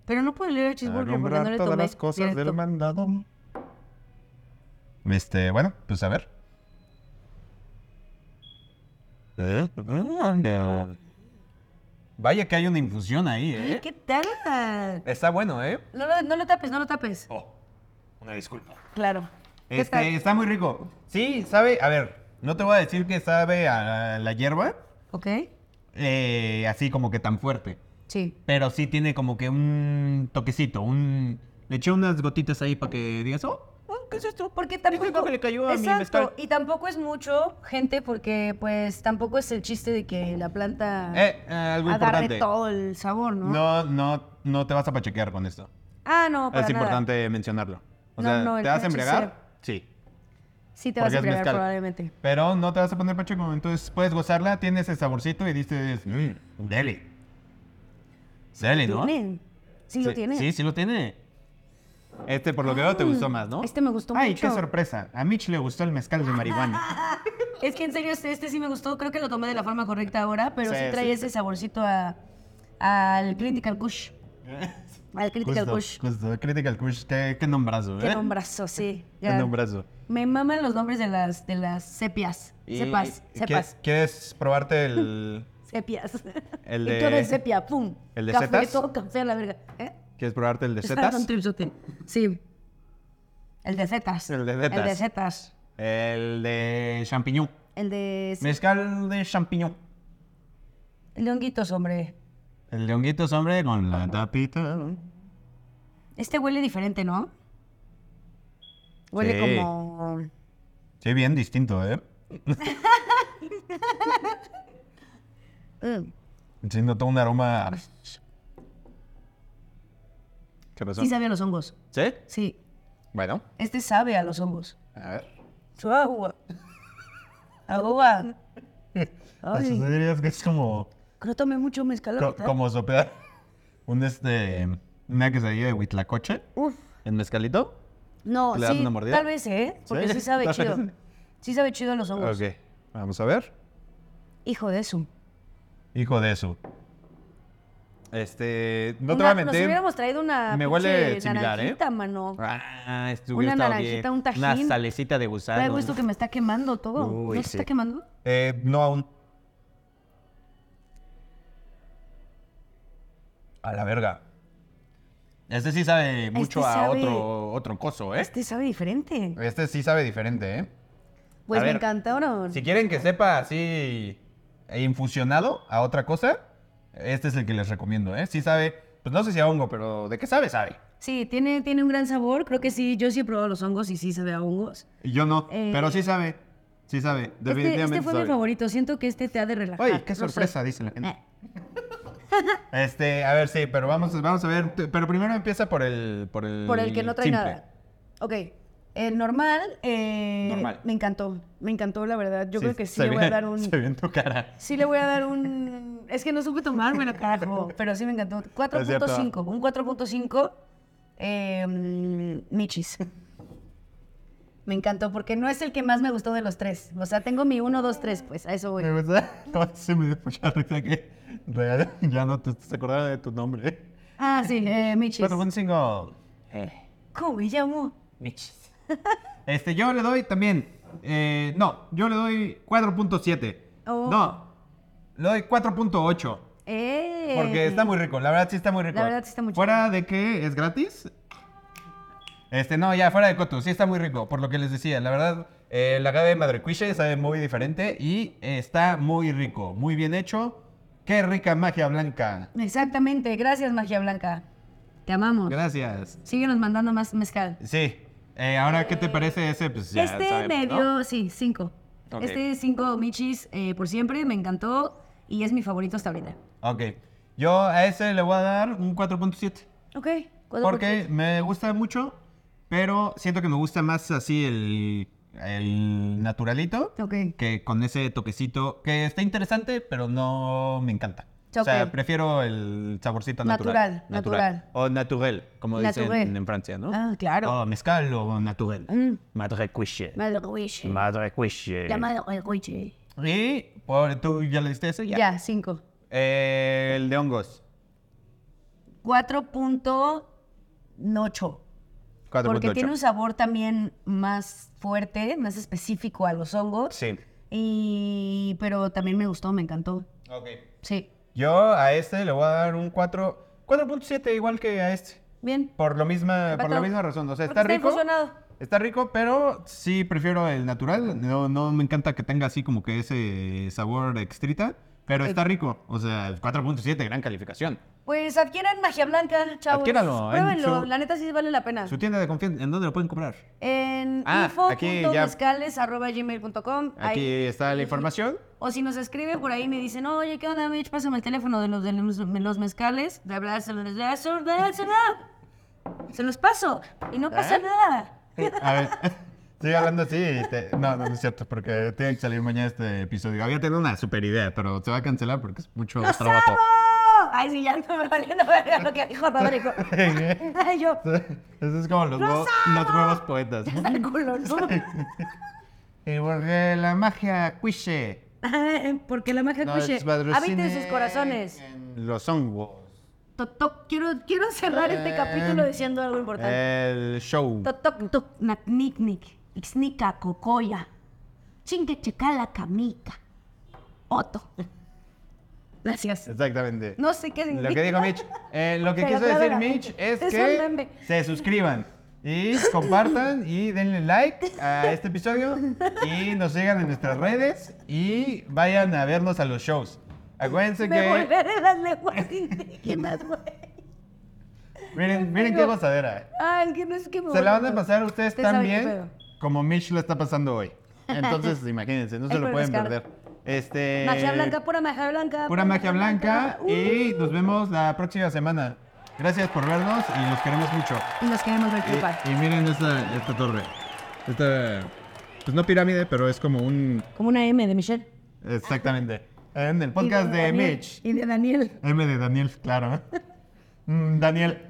Pero no puedo leer el cheeseburger porque no le tomé directo.
mandado. Este, bueno, pues a ver. Vaya que hay una infusión ahí, ¿eh?
¿Qué tal?
Está bueno, ¿eh?
No lo, no lo tapes, no lo tapes.
Oh, una disculpa.
Claro. ¿Qué tal?
Este, está muy rico. Sí, sabe, a ver, no te voy a decir que sabe a la hierba,
¿Ok?
eh, así como que tan fuerte.
Sí.
Pero sí tiene como que un toquecito, un... Le eché unas gotitas ahí para que digas, oh, oh, ¿qué es esto?
Porque
Disculpa
tampoco
que le cayó a mi
Exacto,
mezcal.
y tampoco es mucho gente porque pues tampoco es el chiste de que la planta
Eh, eh, algo
agarre
importante.
todo el sabor, ¿no?
No, no, no te vas a pachequear con esto.
Ah, no, para
es
nada.
importante mencionarlo. O
No,
sea,
no, el
¿te vas a
THC.
embriagar? Sí.
Sí te
porque
vas a
es
embriagar
mezcal.
probablemente.
Pero no te vas a poner pacheco, entonces puedes gozarla, tiene ese saborcito y dices, mmm, deli. Deli, ¿no?
¿Tienen? Sí, lo tienen.
Sí, sí lo tiene. Este, por lo que veo, te gustó más, ¿no?
Este me gustó
Ay,
mucho.
qué sorpresa. A Mitch le gustó el mezcal de marihuana.
Es que en serio, este, este sí me gustó. Creo que lo tomé de la forma correcta ahora, pero sí,
Sí,
trae
sí.
ese saborcito a, al Critical Kush. Al Critical Kush.
justo. Critical Kush, qué, qué nombrazo,
Qué
¿eh?
nombrazo, sí.
Qué
Ya.
nombrazo.
Me maman los nombres de las, de las sepias.
Y-
Sepas,
y-
sepas.
¿quie- ¿Quieres probarte el.
Sepias.
El
Y todo
de-
es sepia, pum.
el de
café,
setas?
todo café a la verga. ¿Eh?
¿Quieres probarte el de
Está
setas?
con tripsote. Sí. El de setas.
El de
El de
setas.
setas.
El de champiñón.
El de,
Mezcal de champiñón.
el de honguitos, hombre.
El de honguitos, hombre, con la tapita.
Este huele diferente, ¿no? Huele
Sí.
como...
Sí, bien distinto, ¿eh?
Mm.
Sí, notó un aroma. ¿Qué pasó?
Sí sabe a los hongos.
¿Sí?
Sí.
Bueno,
Este sabe a los hongos.
a ver.
Su agua. Agua. Ay,
Eso dirías que es como,
No tomé mucho mezcal.
co-
ahorita.
como sopear un este, una quesadilla de huitlacoche
Uf.
en mezcalito.
No,
¿Le das
sí,
una mordida?
tal vez, ¿eh? Porque sí,
¿Sí?
sabe
Tal
chido.
vez.
Sí sabe chido a los hongos.
Ok, vamos a ver.
Hijo de eso.
Hijo de eso. Este, no te voy
Una-
a
Nos
mentir.
hubiéramos traído una
Me huele
pinche
similar, ¿eh?
naranjita, mano.
Ah, estuvo
Una naranjita, un tajín.
Una salecita de gusano.
Traigo esto que me está quemando todo.
Uy,
¿No se
sí.
está quemando?
Eh, no aún. A la verga. Este sí sabe mucho a
sabe-
otro, otro coso, ¿eh?
Este sabe diferente.
Este sí sabe diferente, ¿eh?
Pues
A
me
ver,
encantaron.
Si quieren que sepa así eh, infusionado a otra cosa, este es el que les recomiendo, ¿eh? Sí sabe, pues no sé si a hongo, pero ¿de qué sabe? Sabe.
Sí, tiene, tiene un gran sabor. Creo que sí. Yo sí he probado los hongos y sí sabe a hongos.
Yo no,
Eh,
pero sí sabe. Sí sabe,
Este,
definitivamente
este fue mi favorito. Siento que este te ha de relajar.
Ay, qué
no sé.
sorpresa, dice la gente.
Eh.
Este, a ver, sí, pero vamos, vamos a ver. t- Pero primero empieza por el. Por el,
Por el que no trae
simple.
nada. Ok. eh, normal, eh,
Normal.
me encantó. Me encantó, la verdad. Yo
Sí,
creo que sí
se
le voy
ve-
a dar un...
Se ve en tu cara.
Sí le voy a dar un... Es que no supe tomar, bueno, carajo. Pero sí me encantó. 4.5. Un 4.5. eh, mm, michis. Me encantó porque no es el que más me gustó de los tres. O sea, tengo mi 1, 2, 3, pues. A eso voy.
Me gusta. No, se me dio mucha risa que. real, ya no te estás acordando de tu nombre.
Ah, sí, eh, Michis.
Pero un single. Eh,
¿Cómo me llamo?
Michis. Este, yo le doy también. eh, no, yo le doy 4.7.
Oh.
No, le doy 4.8.
Eh.
Porque está muy rico, la verdad sí está muy rico.
La verdad sí está muy chido.
Fuera de que es gratis. Este, no, ya, fuera de coto, sí está muy rico, por lo que les decía. La verdad, eh, la agave de madrecuiche sabe muy diferente y eh, está muy rico, muy bien hecho. Qué rica magia blanca.
Exactamente. Gracias, Magia Blanca. Te amamos.
Gracias.
Síguenos mandando más mezcal.
Sí, eh, ahora, ¿qué te parece ese? Pues ya
este
sabemos,
me
¿no?
dio, sí, cinco.
Ok.
Este cinco Michis eh, por siempre, me encantó y es mi favorito hasta ahorita.
Ok, yo a ese le voy a dar un 4.7.
Ok.
Porque me gusta mucho, pero siento que me gusta más así el, el naturalito
Ok.
que con ese toquecito que está interesante, pero no me encanta. O
Ok.
sea, prefiero el saborcito natural.
Natural, natural.
O naturel, como
Naturel.
dicen en Francia, ¿no?
Ah, claro.
O mezcal o naturel.
Mm.
Madre cuiche.
Madre huiche.
Madre cuiche.
La madre huiche.
Y por, tú ya le diste ese,
Ya,
ya.
cinco.
Eh, el de hongos.
4.8.
4.8.
Porque tiene un sabor también más fuerte, más específico a los hongos.
Sí.
Y... Pero también me gustó, me encantó.
Ok.
Sí.
Yo a este le voy a dar un 4, 4.7 igual que a este.
Bien.
Por lo misma, por la
Empatado.
misma razón. O sea,
Porque
está rico.
infusionado.
Está rico, pero sí prefiero el natural. No, no me encanta que tenga así como que ese sabor extrita. Pero está rico. O sea, 4.7, gran calificación.
Pues adquieran magia blanca, chavos.
Adquiéralo, en
Pruébenlo,
su-
la neta sí vale la pena.
Su tienda de confianza, ¿en dónde lo pueden comprar?
En
Ah, aquí ya-
info.mezcales.gmail.com
Aquí está la información.
O si nos escribe por ahí me dicen, oye, ¿qué onda, Mitch? Pásame el teléfono de los, de los, de los mezcales. De verdad, se los- de- se
¿Eh?
los- de- se los- se los paso y no pasa nada.
A ver, Sigue hablando así. y te- No, no, no es cierto, porque tiene que salir mañana este episodio. Había tenido una super idea, pero se va a cancelar porque es mucho
¡Los
trabajo.
amo! Ay, sí, ya no me valió no verga lo que dijo Rodrigo. Ay, yo,
Eso es como los,
¡Los
nuevos-
amo!
los nuevos poetas.
hasta el culo, ¿no?
Y porque la magia cuiche.
Ay, Porque la magia
nos
cuiche habita en
patrocine
sus corazones.
en Los hongos.
Totoc, quiero, quiero cerrar este
Eh,
capítulo diciendo algo importante.
El show.
Totoc, toc,
Natniknik, Ixnica, Cocoya, Chinque Checala, Camica, Otto.
gracias.
Exactamente.
No sé qué
Lo
significa.
que dijo Mitch. Eh, lo que
Pero
quiso
claro,
decir
la-
Mitch es,
es un meme.
que se suscriban y compartan y denle like a este episodio y nos sigan en nuestras redes y vayan a vernos a los shows. Acuérdense
Me
que.
volveré las lenguas indígenas, güey.
Miren, miren qué
Digo-
gozadera.
Ay, Ah, que no es que me
Se la van
vuelvo
a
loca.
pasar ustedes
Usted
tan
sabe qué
bien
pedo.
como Mitch lo está pasando hoy. Entonces, imagínense, no se
Ahí
lo
por
pueden
descaro.
perder. Este,
Magia blanca, pura magia Uh. blanca.
Pura magia blanca y nos vemos la próxima semana. Gracias por vernos y los queremos mucho.
Y los Uh, queremos ver triunfar.
Y, y miren esta, esta torre. Esta, pues no pirámide, pero es como un...
Como una M de Michelle.
Exactamente. En el
Y
podcast de
Daniel.
Mitch.
Y de Daniel.
M de Daniel, claro. ¿eh? Mm, Daniel.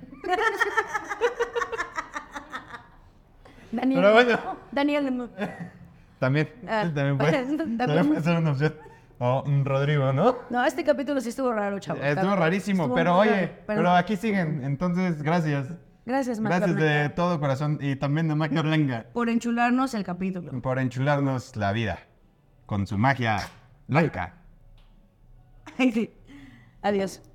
Daniel.
Pero bueno.
Daniel.
También.
Ah,
También puede,
también.
también puede ser una opción. O mm, Rodrigo, ¿no?
No, este capítulo sí estuvo raro, chavo.
Estuvo rarísimo,
Estuvo
pero
muy
oye,
raro, pero-
pero aquí siguen. Entonces, gracias.
Gracias, Magia
Gracias
Blanca,
de todo corazón y también de Magia Blanca
por enchularnos el capítulo.
por enchularnos la vida con su magia blanca.
Ay, sí. Adiós.